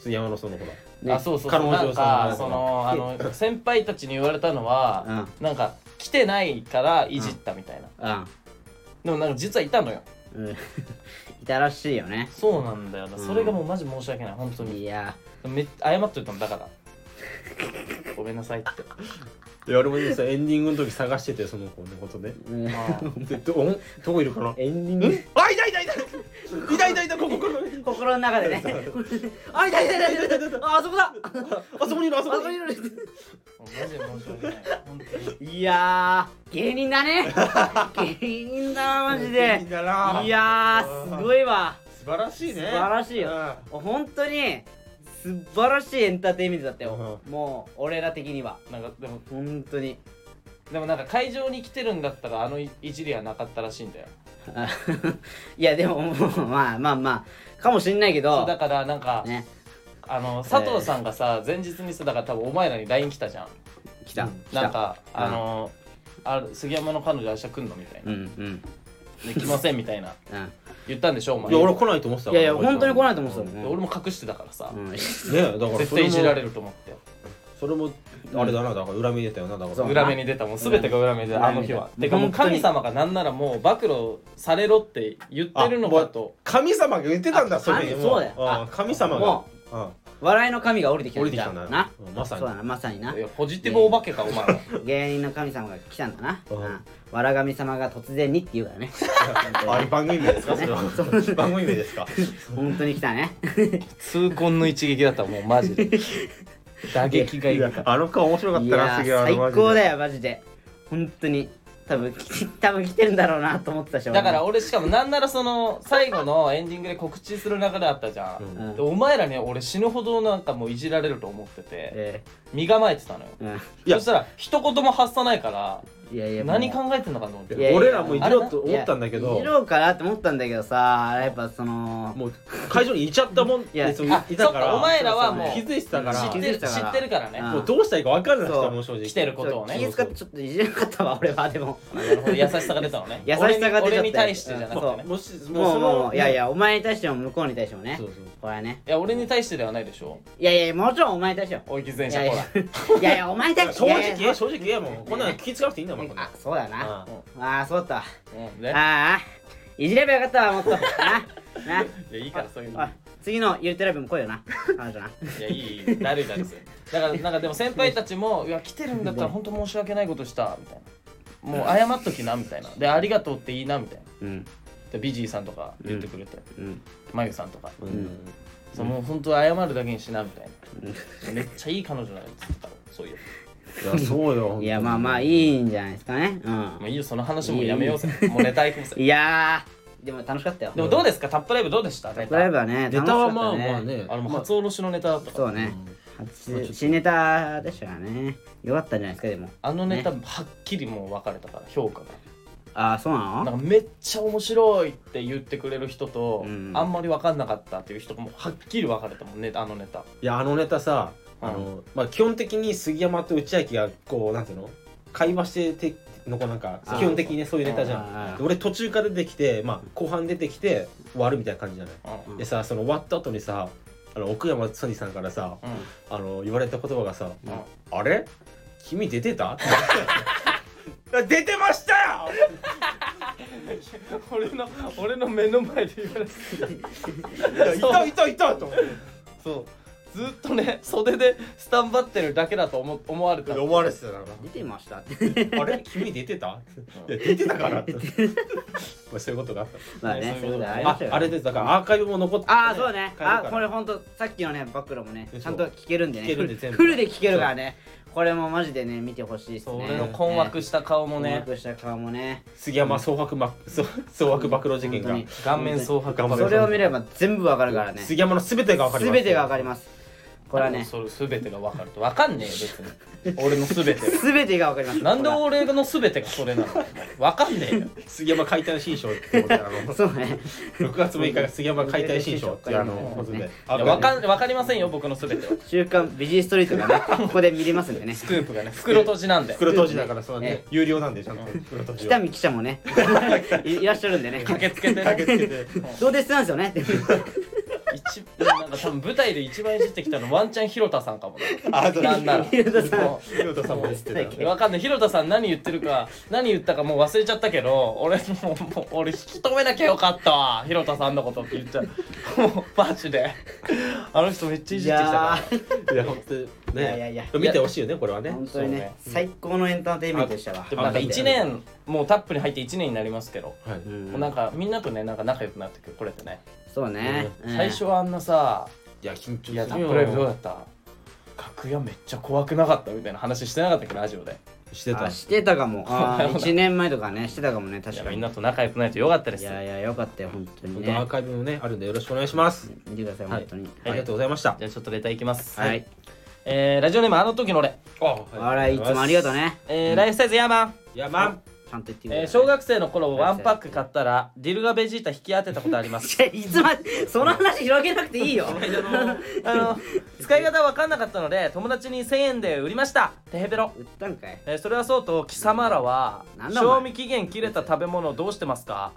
Speaker 3: 杉山のそのほら
Speaker 1: ね
Speaker 2: あそうそうそ
Speaker 3: 彼
Speaker 2: う
Speaker 3: 女
Speaker 2: なんか
Speaker 3: さ
Speaker 2: そ
Speaker 3: ん
Speaker 2: のあの先輩たちに言われたのは、なんか来てないからいじったみたいな、
Speaker 1: あ
Speaker 2: でもなんか実はいたのよ
Speaker 1: うんいたらしいよね
Speaker 2: そうなんだよな、それがもうマジ申し訳ない本当に
Speaker 1: いや
Speaker 2: め謝っといたのだからごめんなさいって
Speaker 3: いや俺もさエンディングの時探しててその子のことね
Speaker 1: うん
Speaker 2: あー
Speaker 3: でどおどこいるかな
Speaker 1: エンディング
Speaker 3: あいたいたいたいたいたいたここここ
Speaker 1: 心の中でね あいたいたいたいたいたああそこだ
Speaker 3: あそこにいるあそこ
Speaker 1: あそこ
Speaker 3: に
Speaker 1: に
Speaker 3: い
Speaker 1: い
Speaker 3: る
Speaker 1: る
Speaker 2: マジで申し訳ない本当に
Speaker 1: いやー芸人だね芸人だなマジで
Speaker 3: だない
Speaker 1: やーすごいわ
Speaker 3: 素晴らしいね
Speaker 1: 素晴らしいよ
Speaker 3: う
Speaker 1: 本当に素晴らしいエンターテインメントだったよ、もう俺ら的には
Speaker 2: なんかでも
Speaker 1: 本当に
Speaker 2: でもなんか会場に来てるんだったらあのいいじりはなかったらしいんだよ
Speaker 1: あいやでももうまあまあまあかもしんないけ
Speaker 2: そう
Speaker 1: ど
Speaker 2: だからなんか、
Speaker 1: ね
Speaker 2: あの佐藤さんがさ前日にさだから多分お前らに LINE 来たじゃん
Speaker 1: 来た来た
Speaker 2: なんか
Speaker 1: うん
Speaker 2: あのあ杉山の彼女明日来んのみたいな
Speaker 1: う、んうん
Speaker 2: で来ませんみたいな
Speaker 1: うん
Speaker 2: 言ったんでしょお前
Speaker 3: んいや俺来ないと思ってた
Speaker 1: いやいや本当に来ないと思ってた
Speaker 2: で
Speaker 1: もん
Speaker 2: 俺も隠してたからさ、
Speaker 1: うん
Speaker 3: ねだから
Speaker 2: 絶対いじられ
Speaker 3: る
Speaker 2: ると思って
Speaker 3: それもあれだなだから裏目出たよなだか
Speaker 1: そう
Speaker 3: ら
Speaker 2: 裏目に出たもん全てが裏目で
Speaker 1: 裏目
Speaker 2: あの日は
Speaker 1: 裏目
Speaker 2: てかもう
Speaker 1: 本当に
Speaker 2: 神様がなんならもう暴露されろって言ってるのかと
Speaker 3: 神様が言ってたんだそれ
Speaker 1: あ
Speaker 3: に
Speaker 1: そうだよ
Speaker 3: もん神様が
Speaker 1: も笑いの神が降りてきた
Speaker 3: うん降りてきたん
Speaker 1: じゃ
Speaker 3: だ
Speaker 1: あな
Speaker 3: うんまさ
Speaker 1: そう
Speaker 3: に
Speaker 1: だなまさにない
Speaker 2: やポジティブお化けかお前は
Speaker 1: 芸人の神様が来たんだな、
Speaker 3: うん
Speaker 1: うんわら神様が突然にって言うからね
Speaker 3: あれ番組名ですかそれは 番組名ですか
Speaker 1: 本当に来たね
Speaker 2: 痛恨の一撃だったもうマジ で打撃がい
Speaker 3: い
Speaker 2: い
Speaker 3: やあの顔面白かっ
Speaker 1: い
Speaker 3: た
Speaker 1: や
Speaker 3: な杉
Speaker 1: ー最
Speaker 3: 山マジで
Speaker 1: 高だよマジで本当に多分多分来てるんだろうなと思ってたし
Speaker 2: だから俺しかもなんならその最後のエンディングで告知する流れあったじゃ
Speaker 3: うん
Speaker 2: ん、
Speaker 1: うん
Speaker 2: でお前らね俺死ぬほどなんかもういじられると思ってて
Speaker 1: え
Speaker 2: 身構えてたのよ
Speaker 1: ーうん
Speaker 3: いや
Speaker 2: そしたら一言も発さないから
Speaker 1: いやいや
Speaker 2: 何
Speaker 1: もう
Speaker 2: 考えてんのかと思っ
Speaker 1: いや
Speaker 2: て
Speaker 1: いや
Speaker 3: 俺らもいじろうと思ったんだけ
Speaker 1: いやい
Speaker 3: ど
Speaker 1: じろうかなって思ったんだけどさやっぱその
Speaker 3: もう会場にいちゃったもん
Speaker 1: いや
Speaker 3: でそう
Speaker 2: あ
Speaker 3: いた
Speaker 2: そ
Speaker 3: か
Speaker 2: っからお前らはもう
Speaker 3: 気づいてたか
Speaker 2: 知っ
Speaker 3: ら
Speaker 2: てる知ってるからね
Speaker 1: うん
Speaker 3: もうどうしたらいいか分からなく
Speaker 1: そ
Speaker 3: て
Speaker 1: う
Speaker 3: もう正直
Speaker 2: 来てることを
Speaker 1: ちょ
Speaker 2: ね
Speaker 1: っと気遣ってちょっといじれなかったわ俺はでも
Speaker 2: なるほど優しさが出たのね
Speaker 1: 優しさが出ちゃったよ
Speaker 2: 俺に俺に対してじゃなくて
Speaker 1: う
Speaker 2: ね
Speaker 1: ん
Speaker 3: もしもうそ
Speaker 1: もう
Speaker 3: の
Speaker 1: もういやいやお前に対しても向こうに対してもね
Speaker 3: そうそう
Speaker 1: これはね
Speaker 2: いや俺に対してではないでしょ
Speaker 1: いやいやもちろんお前に対してよ
Speaker 2: 大木前
Speaker 1: い
Speaker 2: 者
Speaker 1: や
Speaker 2: ほ
Speaker 1: い
Speaker 2: ら
Speaker 1: やいやいやお前に対して
Speaker 3: 正
Speaker 1: いやい
Speaker 3: 直
Speaker 1: や
Speaker 3: 正直いやもうこんなの気づかなくていいんだもんこんな
Speaker 1: あ
Speaker 3: の
Speaker 1: そうだな
Speaker 3: うん
Speaker 1: ああそうだったわ
Speaker 2: うんね
Speaker 1: ああいじればよかったわもっとなない
Speaker 2: やいいからそういうの
Speaker 1: あ次のゆるテレビも来いよな彼女ない
Speaker 2: やいいいいだるいだるいですよだからなんかでも先輩た ちも「いや来てるんだったら本当申し訳ないことした」みたいな「もう謝っときな」みたいな「でありがとうっていいな」みたいな
Speaker 1: うん
Speaker 2: でビジーさんとか言ってくれて、
Speaker 1: うん
Speaker 2: まゆさんとか、
Speaker 3: うん
Speaker 2: そうもう本当謝るだけにしなみたいなめっちゃいい彼女なんですからそう いう
Speaker 3: いやそうよ
Speaker 1: いやまあまあいいんじゃないですかねうん
Speaker 2: もういいよその話もうやめようぜもうネタ行こうぜ
Speaker 1: いやーでも楽しかったよ
Speaker 2: でもどうですかタップライブどうでしたネタ
Speaker 1: ライブはね楽
Speaker 3: ネ
Speaker 1: し
Speaker 3: タ
Speaker 1: か
Speaker 3: は
Speaker 1: った
Speaker 3: まあまあね
Speaker 2: あれもう初おろしのネタだったから
Speaker 1: そうね初新ネタでしたからねよかったんじゃないですかでも
Speaker 2: あのネタはっきりもう分かれたから評価が
Speaker 1: ああそうな
Speaker 2: な
Speaker 1: の
Speaker 2: んかめっちゃ面白いって言ってくれる人と、
Speaker 1: うん
Speaker 2: あんまり分かんなかったっていう人もはっきり分かれたもんねあのネタ
Speaker 3: いやあのネタさ
Speaker 2: うん
Speaker 3: あのまあ基本的に杉山と内明がこうなんていうの会話してての子なんか
Speaker 1: あー
Speaker 3: 基本的にねそういうネタじゃ
Speaker 1: あー
Speaker 3: んで俺途中から出てきて、まあ、後半出てきて終わるみたいな感じじゃない
Speaker 2: うん
Speaker 3: でさその終わった後にさあの奥山ソニーさんからさ
Speaker 2: うん
Speaker 3: あの言われた言葉がさ
Speaker 2: うん
Speaker 3: 「あれ君出てた?」 って
Speaker 2: 出てましたよ俺の俺の目の前で言われていたいたいたと思ってそうずっとね袖でスタンバってるだけだと思思われた
Speaker 3: 思われてたから
Speaker 1: 出てましたって
Speaker 3: 「あれ君出てた?」いや出てたから」ってまあそういうことがあった
Speaker 1: まあね、そういうことありま
Speaker 3: あ
Speaker 1: したよ。
Speaker 3: あれですだからアーカイブも残って
Speaker 1: あーそうね。
Speaker 3: 買える
Speaker 1: あ
Speaker 3: から
Speaker 1: これほんとさっきのねバックロもね
Speaker 3: そう
Speaker 1: ちゃんと聞けるんでね。
Speaker 3: 聞けるん
Speaker 1: フ
Speaker 3: で
Speaker 1: ル
Speaker 3: 全部
Speaker 1: フルで聞けるからね。これもマジでね見てほしいです
Speaker 2: そう
Speaker 1: ね。
Speaker 2: 俺の困惑した顔も
Speaker 1: ね。困
Speaker 2: ね
Speaker 1: 惑した顔もね。
Speaker 3: 杉山総白ま総総白暴露事件が
Speaker 1: 本当に
Speaker 2: 顔面蒼白
Speaker 3: 顔面蒼
Speaker 1: それを見れば全部わかるからね。
Speaker 3: 杉山の全てが分かります
Speaker 1: べてがわかります。これはね、
Speaker 2: それ全てが分かると分かんねえよ別に俺の全て
Speaker 1: すべてがわかります。
Speaker 2: なんで
Speaker 1: こ
Speaker 2: 俺の全てがそれなの分かんねえよ
Speaker 3: 杉山解体新書ってことであ の
Speaker 1: れはそうね。
Speaker 3: 6月6日が杉山解体新書っていうあのことで
Speaker 2: いや分かん分かりませんよ僕の全ては
Speaker 1: 週刊ビジーストリートがね、ここで見れますんでね。
Speaker 2: スクープがね袋閉じなんで
Speaker 3: 袋閉じだからそう
Speaker 1: え
Speaker 3: ね有料なんでちゃんと袋閉じを
Speaker 1: 北見記者もね、いい らっしゃるんでね。
Speaker 2: 駆けつけてね
Speaker 3: 駆けつけて
Speaker 1: どうですなんですよね。
Speaker 2: 一なんか多分舞台で一番いじってきたのワンチャン広田さんかも
Speaker 3: あ
Speaker 2: な
Speaker 3: そう
Speaker 2: なんなら
Speaker 1: 広田さん
Speaker 2: も
Speaker 3: 広田さんもですって
Speaker 2: うわかんない広田さん何言ってるか何言ったかもう忘れちゃったけど俺もうもう俺引き止めなきゃよかったわ広田さんのことって言っちゃうもうマジであの人めっちゃいじってきたから
Speaker 1: いや
Speaker 3: たいや本当に
Speaker 1: いやいやいや
Speaker 3: ね見てほしいよねこれは
Speaker 1: ー
Speaker 3: ね
Speaker 1: 本当に
Speaker 2: そ
Speaker 1: ね
Speaker 2: うね、
Speaker 1: 最高のエンターテインメントでしたわ。
Speaker 2: でもなんか
Speaker 3: あ
Speaker 2: 1年もうタップに入って1年になりますけど、
Speaker 3: はい
Speaker 1: うん
Speaker 2: もうなんかみんなとねなんか仲良くなってくるこれってね、
Speaker 1: そうね。うん
Speaker 2: 最初はあんなさ
Speaker 3: いや緊張す
Speaker 2: い
Speaker 3: る
Speaker 2: や
Speaker 3: よ
Speaker 2: タップライブどうだった楽屋めっちゃ怖くなかったみたいな話してなかったっけどラジオで
Speaker 3: してた
Speaker 1: あしてたかも。あー1年前とかね、してたかもね、
Speaker 2: い
Speaker 1: 確
Speaker 2: や
Speaker 1: か
Speaker 2: み
Speaker 1: に。
Speaker 2: んなと仲良くないとよかったで
Speaker 1: い
Speaker 2: す
Speaker 1: やいや、よかったよ、本当に
Speaker 3: 本当ア
Speaker 1: ね
Speaker 3: ー。カイブもねあるんでよろしくお願いします
Speaker 1: 見てください、
Speaker 3: はい
Speaker 1: 本当に。
Speaker 3: ありがとうございました
Speaker 2: じゃあちょっとレターいきます、
Speaker 1: はい。
Speaker 2: えーラジオネームあの時の俺、
Speaker 1: あら、いつもありがとうね。
Speaker 2: えーライフサイズヤーマン、
Speaker 3: いやまん
Speaker 1: ちゃんと言ってくれ
Speaker 2: え
Speaker 1: る
Speaker 2: ー小学生の頃ワンパック買ったらディルガベジータ引き当てたことあり ま
Speaker 1: い
Speaker 2: す
Speaker 1: やいつまで、その話広げなくていい よ。
Speaker 2: あの使い方分かんなかったので友達に1000円で売りましたテヘペロ
Speaker 1: 売ったんかい。
Speaker 2: えーそれはそうと貴様らは
Speaker 1: なんだお前
Speaker 2: 賞味期限切れた食べ物をどうしてますか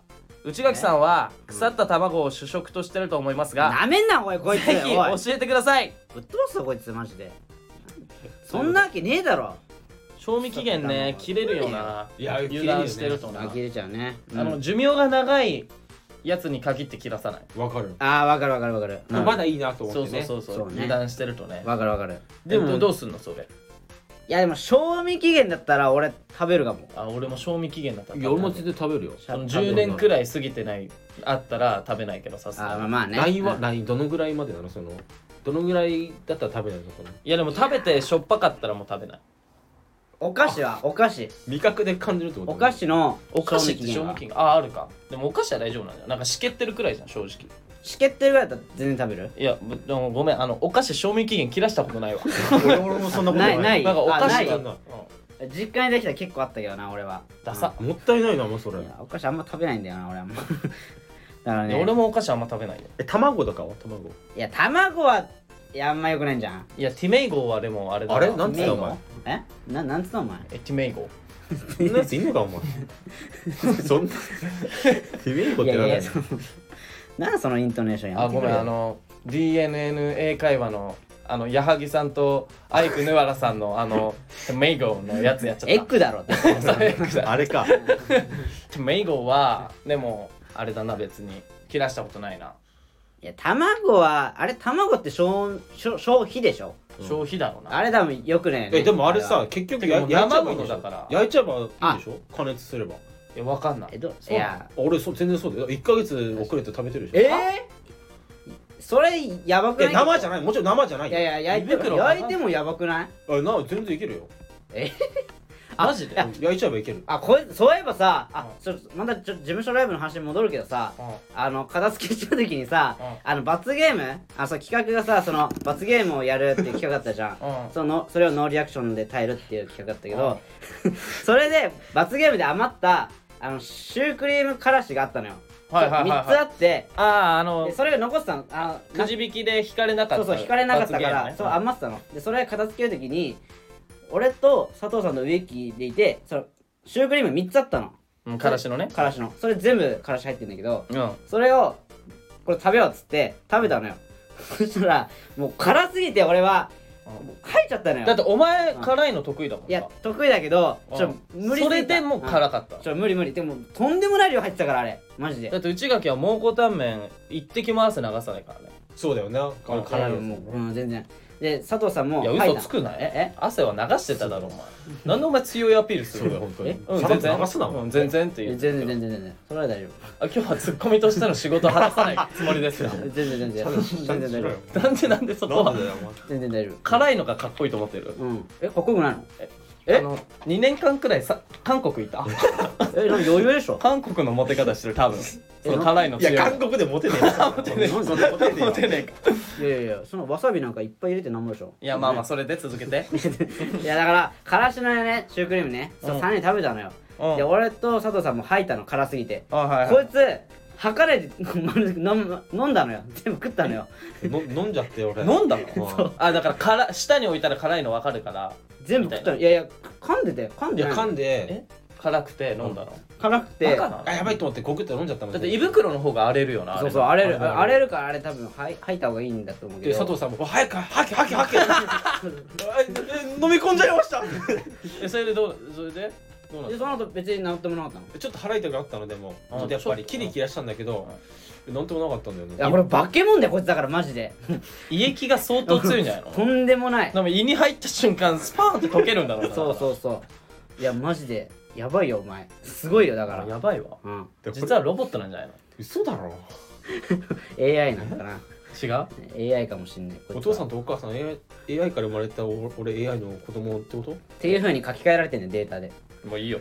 Speaker 2: 内垣さんは腐った卵を主食としてると思いますが、
Speaker 1: なめんな、おい、こいつ。
Speaker 2: ぜひ
Speaker 1: おい
Speaker 2: 教えてください
Speaker 1: ぶっ飛ばすぞ、こいつ、マジで。そんなわけねえだろ。
Speaker 2: 賞味期限ね切れるようない
Speaker 3: や
Speaker 2: 油断してるとな、
Speaker 1: あきれちゃうね。うん
Speaker 2: あの寿命が長いやつに限って切らさない、
Speaker 3: わかる
Speaker 1: あー、わかるわかるわかる。うん
Speaker 3: まだいいなと思
Speaker 2: そう
Speaker 3: って
Speaker 2: そう
Speaker 3: ね
Speaker 2: そうそう
Speaker 1: そうね
Speaker 2: 油断してるとね
Speaker 1: わかるわかる。
Speaker 3: で
Speaker 2: でも
Speaker 3: も
Speaker 2: どうすんのそれ
Speaker 1: いや、でも、賞味期限だったら俺、食べるかも。
Speaker 2: あ俺も賞味期限だったら
Speaker 3: いや俺も全然食べるよ
Speaker 2: その10年くらい過ぎてないあったら食べないけどさす
Speaker 1: あ
Speaker 2: が
Speaker 1: ー、
Speaker 2: に
Speaker 1: まあね。
Speaker 3: ラインはラインどのぐらいまでなのそのどのぐらいだったら食べないのかない
Speaker 2: やでも食べてしょっぱかったらもう食べない
Speaker 1: お菓子はお菓子
Speaker 3: 味覚で感じるってこと
Speaker 1: お菓子の
Speaker 2: お菓子って
Speaker 1: 賞
Speaker 2: 賞
Speaker 1: 味
Speaker 2: 味
Speaker 1: 期
Speaker 2: 期
Speaker 1: 限
Speaker 2: 限ああるかでもお菓子は大丈夫なんだよなんかしけってるくらいじゃん正直
Speaker 1: はしけってるぐらいだったら全然食べる
Speaker 2: いやぶでもごめんあのお菓子賞味期限切らしたこと ないわ
Speaker 3: 俺俺もそんなこと
Speaker 1: ないない
Speaker 2: なんかお菓
Speaker 1: あな
Speaker 2: 子
Speaker 1: い
Speaker 2: が、
Speaker 3: よ
Speaker 2: うん、
Speaker 1: 実家にできたら結構あったけどな俺は
Speaker 2: ダサ、
Speaker 3: もったいないなもうそれ
Speaker 1: いやお菓子あんま 食べないんだよな俺はもうだから
Speaker 2: い
Speaker 1: ね
Speaker 2: や俺もお菓子あんま食べないよ
Speaker 3: え卵とかは卵
Speaker 1: いや卵はいやあんまよくないんじゃん
Speaker 2: いやティメイゴーはでもあれだ
Speaker 3: あれなんつった
Speaker 1: メイ
Speaker 3: お前
Speaker 1: ゴえななんつったお前
Speaker 2: えティメイゴー
Speaker 3: そんなやついんのかお 前そんなてめえこってな
Speaker 1: いや
Speaker 3: んだよ
Speaker 1: いやそのなんでそのイントネーションやめ
Speaker 2: あ
Speaker 1: て
Speaker 2: ご
Speaker 1: く
Speaker 2: め
Speaker 1: れ
Speaker 2: ん
Speaker 1: よ
Speaker 2: あの DNNA 会話のあの矢作さんとアイクヌワラさんのあのティメイゴーのやつやっちゃった
Speaker 1: エッグだ ろって
Speaker 2: そうエッグだ
Speaker 3: あれか
Speaker 2: でもエイゴはでもあれだな別に切らしたことないな、
Speaker 1: いや卵はあれ卵って消消消費でしょ
Speaker 3: うん
Speaker 2: 消費だろうな
Speaker 1: あれ多分よくないよね
Speaker 3: えでもあれ
Speaker 1: は
Speaker 3: さ結局
Speaker 2: てか
Speaker 3: や
Speaker 2: もう
Speaker 3: 焼いちゃえばいいん
Speaker 2: 生もの
Speaker 3: でし
Speaker 2: だ
Speaker 3: ょ
Speaker 2: から
Speaker 3: 焼いちゃえばいいでしょ加熱すれば
Speaker 2: いやわかんな
Speaker 1: え
Speaker 2: い
Speaker 1: どいや
Speaker 3: あ俺そ全然そうだよ1ヶ月遅れて食べてるでしょ
Speaker 1: えー、それやばく
Speaker 3: え
Speaker 1: ない
Speaker 3: 生じゃないもちろん生じゃない
Speaker 1: いやいや焼いて
Speaker 2: 胃袋
Speaker 1: 焼いてもやばくない
Speaker 3: あな全然いけるよ
Speaker 2: マジで
Speaker 1: あ
Speaker 3: 焼いちゃえばいける
Speaker 1: あこれそういえばさあ
Speaker 2: う
Speaker 1: ちょっとまたちょ事務所ライブの話に戻るけどさ
Speaker 2: うん
Speaker 1: あの片付けした時にさ
Speaker 2: うん
Speaker 1: あの罰ゲームあそう企画がさその罰ゲームをやるっていう企画だったじゃん
Speaker 2: うん
Speaker 1: そのそれをノーリアクションで耐えるっていう企画だったけ
Speaker 2: うん
Speaker 1: ど それで罰ゲームで余ったあのシュークリームからしがあったのよ
Speaker 2: はいはいはい、
Speaker 1: 3つあ
Speaker 2: はい、
Speaker 1: って
Speaker 2: あああ
Speaker 1: で
Speaker 2: の
Speaker 1: それが残ってたのあの
Speaker 2: くじ引きで引かれなか
Speaker 1: そ
Speaker 2: っ
Speaker 1: う
Speaker 2: た
Speaker 1: そう引かれなかったから、
Speaker 2: 罰ゲ
Speaker 1: そう
Speaker 2: ームね
Speaker 1: 余ってたのでそれ片付ける時に俺と佐藤さんの植木でいてそのシュークリーム3つあったの
Speaker 2: うんからしのね
Speaker 1: からしのそれ全部からし入ってるんだけど
Speaker 2: うん
Speaker 1: それをこれ食べようっつって食べたのよ そしたらもう辛すぎて俺はもう吐いちゃったのよ
Speaker 2: だってお前辛いの得意だもん
Speaker 1: い
Speaker 2: な
Speaker 1: や得意だけどちょっと無理すぎた
Speaker 2: それでもう辛かった
Speaker 1: ちょ無理無理でもとんでもない量入ってたからあれマジで
Speaker 2: だって内垣は蒙古タンメン一滴も汗流さないからね
Speaker 3: そうだよねあの辛いやつ
Speaker 1: もう、
Speaker 3: ね
Speaker 1: うん、全然で佐藤さんも
Speaker 2: いや
Speaker 1: 吐
Speaker 2: 嘘
Speaker 1: たの
Speaker 2: つくな
Speaker 1: え
Speaker 2: え汗は流してただろお前なんでお前強いアピールす
Speaker 3: そう
Speaker 2: る
Speaker 3: だよ
Speaker 2: の
Speaker 3: 本当に
Speaker 2: うん
Speaker 3: 辛
Speaker 2: 全
Speaker 3: く流すな
Speaker 2: 然うん全然って
Speaker 1: え
Speaker 2: 言
Speaker 1: 全
Speaker 2: って
Speaker 1: 然全然全然それは大丈夫
Speaker 2: あ今日はツッコミとしての仕事を果たさないつもりですよ
Speaker 1: 全然全然 全然大丈
Speaker 3: な
Speaker 2: なんでなんでそこは
Speaker 3: んでだよ
Speaker 1: 夫全然大丈夫
Speaker 2: 辛いのがかっこいいと思ってる
Speaker 1: うんえかっこよくないの
Speaker 2: え
Speaker 3: あの
Speaker 2: 2年間くらいさ韓国いた
Speaker 1: えなんか余裕でしょ
Speaker 2: 韓国のモテ方してる多分その辛いの
Speaker 3: お前いや
Speaker 2: 強
Speaker 3: 韓
Speaker 2: い
Speaker 3: 国でモテねえから モテ
Speaker 1: ねえ
Speaker 3: そんなモテね
Speaker 2: モ
Speaker 3: え
Speaker 2: テ
Speaker 3: よ
Speaker 2: ねえか
Speaker 1: いやいやいやそのわさびなんかいっぱい入れてなんぼでしょ
Speaker 2: いやまあまあそれで続けて
Speaker 1: いやだからからしのねシュークリームね
Speaker 2: うん
Speaker 1: 3人で食べたのよ
Speaker 2: うん
Speaker 1: で俺と佐藤さんも吐いたの辛すぎて
Speaker 2: あはいはい
Speaker 1: こいつ吐かれて 飲む飲んだのよ全部食ったのよ
Speaker 3: の飲んじゃって俺
Speaker 2: 飲んだ
Speaker 3: そ
Speaker 2: の
Speaker 3: う
Speaker 2: あだから辛舌に置いたら辛いの分かるから
Speaker 1: 全部食ったのいやいや噛んでて噛ん
Speaker 3: い
Speaker 1: で
Speaker 3: や
Speaker 1: ない
Speaker 3: 噛ん
Speaker 2: え
Speaker 3: で
Speaker 2: 辛くて飲んだの
Speaker 1: 辛くて
Speaker 2: バカなの
Speaker 3: あやばいと思ってゴクって飲んじゃったもん
Speaker 2: だって胃袋の方が荒れるよなあ
Speaker 1: そう
Speaker 2: れ
Speaker 1: そう荒れる
Speaker 3: あれ
Speaker 1: 荒れるからあれ多分はい吐いた方がいいんだと思うけ
Speaker 3: で
Speaker 1: ど
Speaker 3: 佐藤さんも「早く吐け吐け吐け」
Speaker 2: 飲み込んじゃいました それでどうそれでどうな
Speaker 1: で
Speaker 2: の
Speaker 1: その後別に治ってもなかったの
Speaker 3: ちょっと腹痛くなったのでも
Speaker 2: あ
Speaker 3: ちょっとやっぱり
Speaker 2: ちょ
Speaker 3: キ
Speaker 2: っと
Speaker 3: リキラしたんだけどなんともなかったんだよね
Speaker 1: いやこれ化け物だよこいつだからマジで
Speaker 2: 胃液が相当強いんじゃない の
Speaker 1: とんでもない
Speaker 2: でも胃に入った瞬間スパーンって溶けるんだろうな
Speaker 1: そうそうそういやマジでやばいよお前すごいよだか
Speaker 2: あ
Speaker 1: ら
Speaker 2: やばいわ
Speaker 1: うん
Speaker 2: 実はロボットなんじゃないの
Speaker 3: 嘘だろ
Speaker 1: AI なんかな
Speaker 2: 違う
Speaker 1: AI かもしんないこいつは
Speaker 3: お父さんとお母さん AI, AI から生まれたお俺 AI の子供ってこと
Speaker 1: っていうふうに書き換えられてんねんデータで
Speaker 2: もういいよ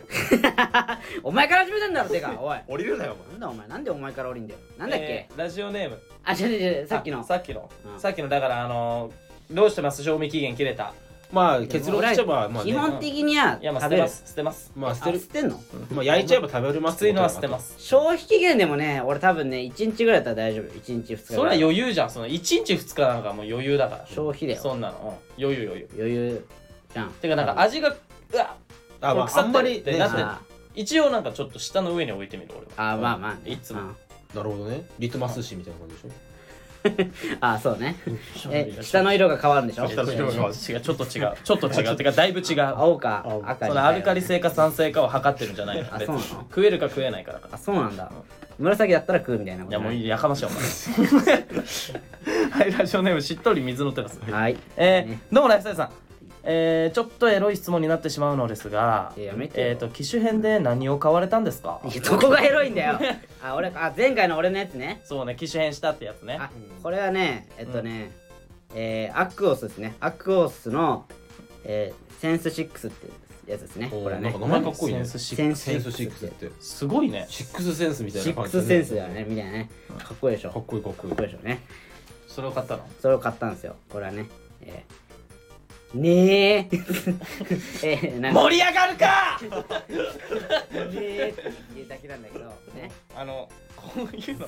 Speaker 1: お前から始めたんだろてかおい
Speaker 3: 降りるなよ
Speaker 1: なんだお前なんでお前から降りんだよなんだっけ、
Speaker 2: えーラジオネーム
Speaker 1: あ違う違う違うさっき
Speaker 2: あ
Speaker 1: の
Speaker 2: さっきの
Speaker 1: うん
Speaker 2: さっきのだからあのーどうしてます賞味期限切れた
Speaker 3: まあ結論しちゃえばまあ、ね、
Speaker 1: 基本的にはい
Speaker 2: やま
Speaker 1: 食
Speaker 2: あ捨
Speaker 1: べ
Speaker 2: て
Speaker 1: る、
Speaker 2: ます捨てます
Speaker 3: まあ捨
Speaker 1: あ
Speaker 3: て
Speaker 1: 捨
Speaker 3: る
Speaker 1: てんの
Speaker 3: まあ焼いちゃえば食べれます
Speaker 2: 熱いのは捨てます
Speaker 1: 消費期限でもね俺多分ね1日ぐらいだったら大丈夫1日2日
Speaker 2: そ
Speaker 1: ぐ
Speaker 2: れは
Speaker 1: らい
Speaker 2: 余裕じゃんその1日2日なんかもう余裕だから
Speaker 1: 消費だよ
Speaker 2: そんなの、うん余裕余裕
Speaker 1: 余裕じゃん
Speaker 2: てかなんか味がうわ
Speaker 3: あ、まあ、
Speaker 2: 腐
Speaker 3: あ
Speaker 2: ってる
Speaker 3: んまり
Speaker 2: って
Speaker 3: ね
Speaker 2: な
Speaker 1: あ
Speaker 2: ってる
Speaker 3: な
Speaker 1: ー
Speaker 2: 一応なんかちょっと下の上に置いてみる俺は
Speaker 1: あーまあまあ、ね、
Speaker 2: いつも
Speaker 1: うん
Speaker 3: るほどねリトマス紙みたいな感じでしょ
Speaker 1: あーそう ねえ下の色が変わるんでしょ
Speaker 2: 下の色が違うちょっと違うちょっと違うてかだいぶ違う
Speaker 1: 青か
Speaker 3: 青
Speaker 1: 赤
Speaker 2: そ
Speaker 1: に
Speaker 2: のアルカリ性か酸性かを測ってるんじゃないの
Speaker 1: あ
Speaker 2: 別
Speaker 1: そう
Speaker 2: に
Speaker 1: なの
Speaker 2: 食えるか食えないから
Speaker 1: あそうなんだ紫だったら食うみたいなこ
Speaker 2: い
Speaker 1: と
Speaker 2: やもうい
Speaker 1: い
Speaker 2: いやかましいお前 はいラジオネームしっとり水のテラス
Speaker 1: はい
Speaker 2: えー
Speaker 1: ね
Speaker 2: どうもライフサイズさんえー、ちょっとエロい質問になってしまうのですが
Speaker 1: いややめてよ
Speaker 2: えー、と機種編で何を買われたんですか
Speaker 1: い やどこがエロいんだよあ俺あ前回の俺のやつね
Speaker 2: そうね機種編したってやつね
Speaker 1: あこれはねえっとね、えーアクオスですねアクオスの、えーセンス6ってやつですねこれは
Speaker 3: なん
Speaker 1: ね
Speaker 3: か名前かっこいい
Speaker 2: セ
Speaker 3: ね
Speaker 2: ンスシ
Speaker 1: センス
Speaker 3: センス
Speaker 1: 6
Speaker 3: 6
Speaker 1: って
Speaker 3: って
Speaker 2: すごいね
Speaker 3: シックスセンスみたい
Speaker 1: シ
Speaker 3: な
Speaker 1: ッ
Speaker 3: 感
Speaker 1: ク
Speaker 3: じで
Speaker 1: スセンスだよねみたいなねかっこいいでしょ
Speaker 3: か
Speaker 1: か
Speaker 3: っこいいかっこいい
Speaker 1: っこいいでしょね
Speaker 2: それを買ったの
Speaker 1: それを買ったんですよこれはね、えーねえ えーなんか
Speaker 2: 盛り上がるか
Speaker 1: ねえって言うだけなんだけどね
Speaker 2: あのこういうの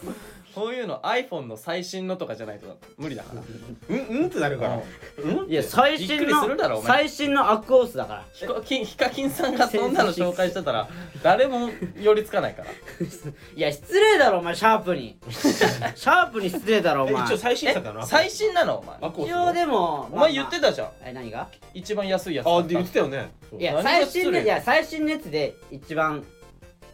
Speaker 2: こういうの iPhone の最新のとかじゃないと無理だから
Speaker 3: うんうんってなるから
Speaker 2: うん
Speaker 1: いや最新
Speaker 2: びっくりするだろ
Speaker 1: の
Speaker 2: お前
Speaker 1: 最新のアクオスだから
Speaker 2: ヒカキンヒカキンさんがそんなの紹介してたら誰も寄りつかないから
Speaker 1: いや失礼だろお前シャープ にシャープに失礼だろお前
Speaker 3: 一応最新
Speaker 2: え
Speaker 3: 作だな
Speaker 2: 最新なのお前
Speaker 3: アクオス
Speaker 1: 一応でも
Speaker 2: お前言って
Speaker 1: た
Speaker 2: たじゃん
Speaker 1: え何が
Speaker 2: 一番安いやつ
Speaker 3: あで言ってたよね
Speaker 1: いや
Speaker 2: 何が
Speaker 1: 最
Speaker 2: 失礼
Speaker 1: 新のいや最新のやつで一番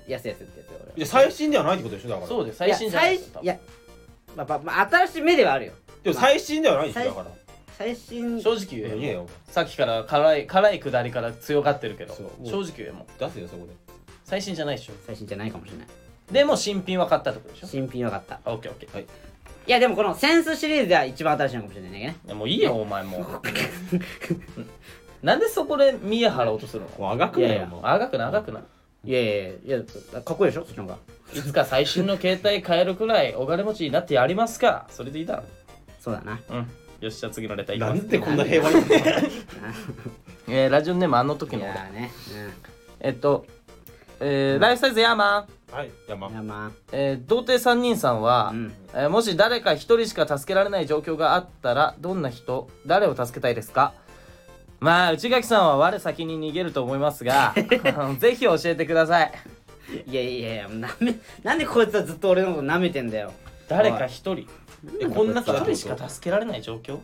Speaker 1: 安いやつってやつよ俺はい
Speaker 3: や最新ではないってことでしょだから
Speaker 2: そうです最新じゃない
Speaker 1: いや最いやまあまあまあ新しい目ではあるよ
Speaker 3: でも最新ではないでしょだから
Speaker 1: 最新
Speaker 2: 正直言
Speaker 3: いやい
Speaker 2: え
Speaker 3: や
Speaker 2: よ
Speaker 3: よ
Speaker 2: さっきから辛い辛い下りから強がってるけど
Speaker 3: そう
Speaker 2: 正直言えもう
Speaker 3: 出せよそこで
Speaker 2: 最新じゃないでしょ
Speaker 1: 最新じゃないかもしれない
Speaker 2: でも新品は買ったってことでしょ
Speaker 1: 新品よかった
Speaker 2: あオッケーオッケー、
Speaker 3: はい
Speaker 1: いやでもこのセンスシリーズでは一番新しいのかもしれないね
Speaker 2: いやもういいよお前もうなんでそこで見え張ろうとするの
Speaker 3: あがくない
Speaker 1: やい
Speaker 3: よ
Speaker 1: や
Speaker 3: もう
Speaker 2: あがくなあがくない
Speaker 1: やいやいやいやかっこいいでしょそっちの方が
Speaker 2: いつか最新の携帯買えるくらいお金持ちになってやりますかそれでいいだろ
Speaker 1: そうだな
Speaker 2: うんよしじゃあ次のレターいき
Speaker 3: な
Speaker 2: ます
Speaker 3: んでこんな平和に
Speaker 2: えーラジオネームあの時
Speaker 1: い
Speaker 2: の
Speaker 1: や
Speaker 2: 俺
Speaker 1: ーね
Speaker 2: えっとえーライフサイズヤーマン、
Speaker 3: はい
Speaker 1: う
Speaker 3: 山
Speaker 1: んいやま
Speaker 2: えー童貞3人さん
Speaker 1: あ
Speaker 2: は、
Speaker 1: うん
Speaker 2: えーもし誰か一人しか助けられない状況があったらどんな人誰を助けたいですかまあ内垣さんは我先に逃げると思います がぜひ教えてください
Speaker 1: いやいやいやなめなんでこいつはずっと俺のこと舐めてんだよ
Speaker 2: 誰か一人
Speaker 3: えこん中だと
Speaker 2: 一人しか助けられない状況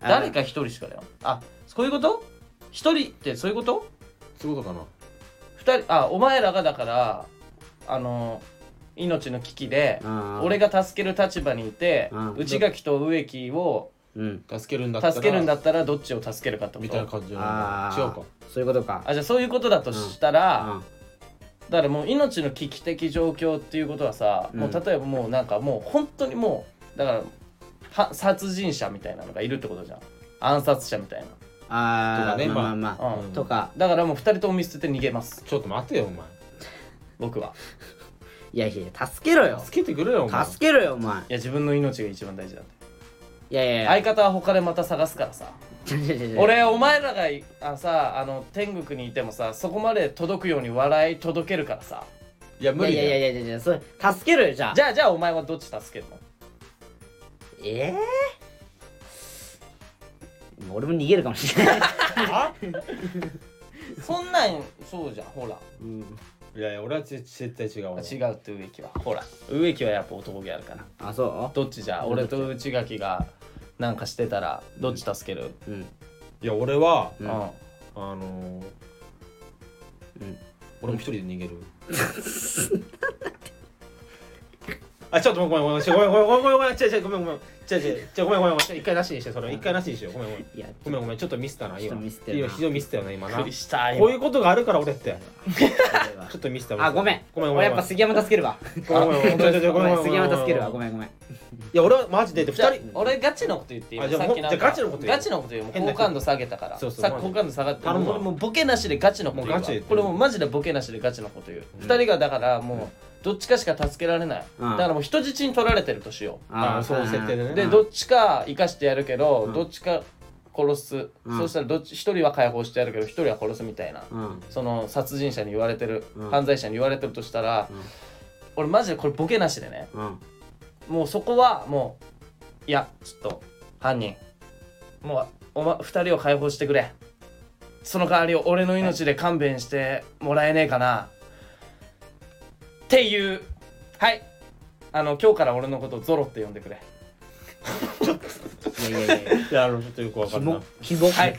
Speaker 1: あ
Speaker 2: 誰か一人しかだよあそういうこと一人ってそういうこと
Speaker 3: そういうことかな
Speaker 2: 二人あお前らがだからあの命の危機で
Speaker 1: うん
Speaker 2: 俺が助ける立場にいて
Speaker 1: うん
Speaker 2: 内垣と植木を
Speaker 1: うん
Speaker 3: 助けるんだったら
Speaker 2: 助けるんだったらどっちを助けるかってこ
Speaker 3: みたいな
Speaker 2: と
Speaker 3: 感じな
Speaker 1: あ
Speaker 3: ん
Speaker 1: あ
Speaker 3: だ違うか
Speaker 1: そういうことか
Speaker 2: あじゃあそういうことだとしたら、だからもう命の危機的状況っていうことはさ、
Speaker 1: うん
Speaker 2: もう例えばもうなんかもう本当にもうだからは殺人者みたいなのがいるってことじゃん暗殺者みたい
Speaker 1: う
Speaker 2: な
Speaker 1: んああ、
Speaker 3: とかね
Speaker 1: まあまあまあ、
Speaker 2: うん
Speaker 1: とか
Speaker 2: だからもう2人とも見捨てて逃げます
Speaker 3: ちょっと待てよお前
Speaker 2: 僕はい
Speaker 1: やいや助けろよ
Speaker 3: 助けてくれよお前
Speaker 1: 助けろよお前
Speaker 2: いや自分の命が一番大事だって
Speaker 1: いやいやいや
Speaker 2: 相方は他でまた探すからさ
Speaker 1: 違う違う違う
Speaker 2: 俺お前らがいあさあの天国にいてもさそこまで届くように笑い届けるからさ
Speaker 3: いや無理
Speaker 1: いやいや
Speaker 3: だ
Speaker 1: い
Speaker 3: よ
Speaker 1: やいやいやそれ助けるよじゃあ
Speaker 2: じゃあじゃあお前はどっち助けるの
Speaker 1: ええもう俺も逃げるかもしれ ない、
Speaker 2: そんなんそうじゃんほら
Speaker 1: うん、
Speaker 3: いやいや俺はぜ絶対違うわ
Speaker 2: 違うって植木はほら植木はやっぱ男気あるから
Speaker 1: あそ
Speaker 2: どっちじゃ俺と内垣がなんかしてたらどっち助ける、
Speaker 1: ううん
Speaker 3: いや俺は
Speaker 1: う
Speaker 2: うんん
Speaker 3: あのー
Speaker 1: うん
Speaker 3: 俺も一人で逃げる あちょっとごめんごめんごめんごめんごめんごめんごめん違う違うごめんごめん違う違う違うごめんごめんごめん一回なしにしてそれ一回なしにしようごめんごめん
Speaker 1: いや
Speaker 3: ごめんごめんちょっとミスったな
Speaker 1: ちょ
Speaker 3: 今
Speaker 1: っとミスってるな
Speaker 3: 今非常にミスったよね今
Speaker 2: び
Speaker 3: な
Speaker 2: っくりした
Speaker 3: こういううことがあるから俺って
Speaker 1: 俺は
Speaker 3: ちょっとミスった
Speaker 1: あごめん
Speaker 3: ごめんごめ
Speaker 1: 俺
Speaker 3: ん
Speaker 1: やっぱ杉山助け るわ
Speaker 3: ごめんごめんごめんごめんごめんごめん
Speaker 1: 杉山助けるわ
Speaker 3: ご
Speaker 1: ご
Speaker 3: めん
Speaker 1: めんごめん
Speaker 3: いや俺はマジで二
Speaker 2: じゃあ
Speaker 3: 人
Speaker 2: 俺ガチのこと言っていい
Speaker 3: あじゃあ
Speaker 2: さっきなんか
Speaker 3: じゃあガチのこと言う
Speaker 2: ガチのこと言うもう
Speaker 3: 変な
Speaker 2: 好感度下げたから
Speaker 3: そうそう
Speaker 2: さっき好感度下がって
Speaker 3: 頼むわ
Speaker 2: 俺もうボケなしでガチのこと言うわ
Speaker 3: もうガチで言って
Speaker 2: これもうマジでボケなしでガチのこと言う、
Speaker 3: うん
Speaker 2: 二人がだからもうどっちかしか助けられない、
Speaker 1: うん
Speaker 2: だからもう人質に取られてるとしよ
Speaker 3: あーその設定で
Speaker 2: う
Speaker 3: ね
Speaker 2: で
Speaker 1: うん
Speaker 2: どっちか生かしてやるけど、
Speaker 1: うん
Speaker 2: どっちか殺す、
Speaker 1: うん
Speaker 2: そうしたらどっち一人は解放してやるけど一人は殺すみたいな、
Speaker 1: うん
Speaker 2: その殺人者に言われてる、
Speaker 1: うん
Speaker 2: 犯罪者に言われてるとしたら、
Speaker 1: うん
Speaker 2: 俺マジでこれボケなしでね
Speaker 1: うん
Speaker 2: もうそこはもういやちょっと犯人もうお、ま、2人を解放してくれその代わりを俺の命で勘弁してもらえねえかなっていうはいあの今日から俺のことをゾロって呼んでくれ
Speaker 1: いやいやいや
Speaker 3: いや俺ちょっとよくわか
Speaker 1: キ
Speaker 3: んな
Speaker 1: モ
Speaker 3: い
Speaker 1: キモ
Speaker 2: はい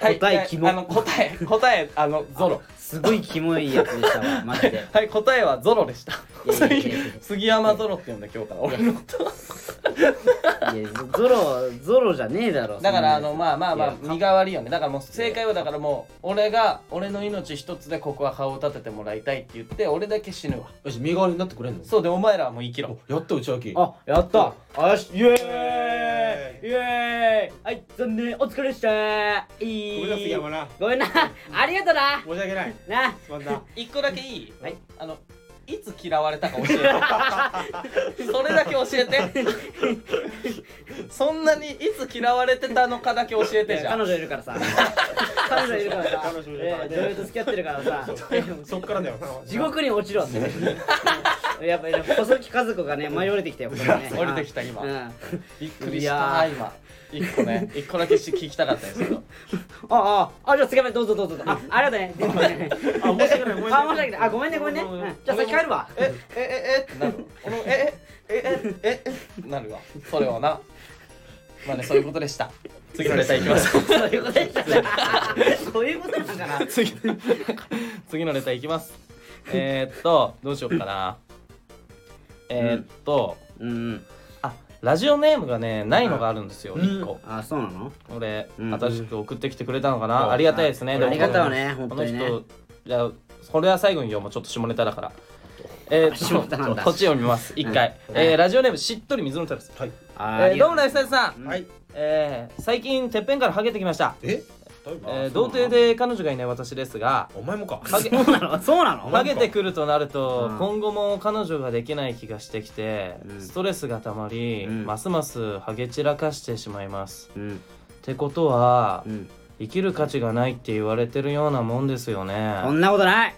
Speaker 2: はい
Speaker 1: 答えキモ
Speaker 2: あの答え答えあの ゾロ
Speaker 1: すごいキモいやつでしたわマジで
Speaker 2: はい答えはゾロでした
Speaker 1: いやいやいやいや
Speaker 2: 杉山ゾロって呼んで今日から俺のこと
Speaker 1: いやゾロゾロじゃねえだろ
Speaker 2: だからあのまあまあま
Speaker 1: い
Speaker 2: あ
Speaker 1: や
Speaker 2: 身代わりよねだからもう正解はだからもう俺が俺の命一つでここは顔を立ててもらいたいって言って俺だけ死ぬわ
Speaker 3: よし身代わりになってくれんの
Speaker 2: そうでお前らはもう生きろ
Speaker 3: おやった内脇
Speaker 1: あやったあよしイエーイイエーイはい残念お疲れっしたいい
Speaker 3: ごめんな杉山な
Speaker 1: ごめんなありがとうな
Speaker 3: 申し訳ない
Speaker 1: な
Speaker 3: すまんな
Speaker 2: 一個だけいい
Speaker 1: はい
Speaker 2: あのいつ嫌われたか教え てそれだけ教えて そんなにいつ嫌われてたのかだけ教えてじゃ
Speaker 1: 彼
Speaker 2: ん
Speaker 1: 女いるからさ彼女いるからさ
Speaker 3: 彼女いるから
Speaker 1: え
Speaker 3: ね
Speaker 1: ー女優と付き合ってるからさ
Speaker 3: そっからだよ
Speaker 1: 地獄に落ちろってやっぱり細木和子がね舞い降りてきたよここにね
Speaker 2: 降りてきた今
Speaker 1: うんあ
Speaker 2: びっくりし
Speaker 1: いや
Speaker 2: た今一個ね一個だけ聞きたかったんですけど
Speaker 1: ああじゃあ次はどうぞどうぞどうぞ あありがとうね
Speaker 3: あ申し訳ないごめん
Speaker 1: あ申し訳ないあごめんねごめんねうんじゃあ先帰るわ
Speaker 2: ええええってなる俺もええええええってなるわそれはなまあねそういうことでした次のレターいきます
Speaker 1: そういうことでした そういうことなんかな
Speaker 2: 次次のレターいきますえー、っとどうしようかなえー、っと、
Speaker 1: うんうん
Speaker 2: あラジオネームがねないのがあるんですよ
Speaker 3: うん
Speaker 2: 1個、
Speaker 1: あそうなの
Speaker 2: これ
Speaker 1: うん
Speaker 2: 新しく送ってきてくれたのかな、
Speaker 3: うん
Speaker 2: ありがたいですね
Speaker 1: あ
Speaker 2: でも
Speaker 1: ありがたいね本
Speaker 2: こ
Speaker 1: 当
Speaker 2: の
Speaker 1: にね
Speaker 2: 人じゃあこれは最後に読もうちょっと下ネタだから えー、っ
Speaker 1: 下ネ
Speaker 2: と
Speaker 1: タなんだ
Speaker 2: こっち読みます一回、えー、ラジオネームしっとり水のたらす
Speaker 3: はい
Speaker 1: あ
Speaker 2: えー、どうも
Speaker 1: ね
Speaker 2: ライフサイズさん、
Speaker 1: はい
Speaker 2: えー最近てっぺんからハゲてきました、
Speaker 3: え
Speaker 2: えー
Speaker 1: そう
Speaker 2: 童
Speaker 1: なの
Speaker 2: 貞で彼女がいない私ですが
Speaker 3: お前もか
Speaker 2: ハゲ
Speaker 1: そうなのそうなの
Speaker 2: ハゲてくるとなると
Speaker 1: うん
Speaker 2: 今後も彼女ができない気がしてきて
Speaker 1: うん
Speaker 2: ストレスがたまり、
Speaker 1: うん
Speaker 2: ますますハゲ散らかしてしまいます
Speaker 1: うん
Speaker 2: ってことは
Speaker 1: うん
Speaker 2: 生きる価値がないって言われてるようなもんですよ
Speaker 1: そ
Speaker 2: ね
Speaker 1: んなことない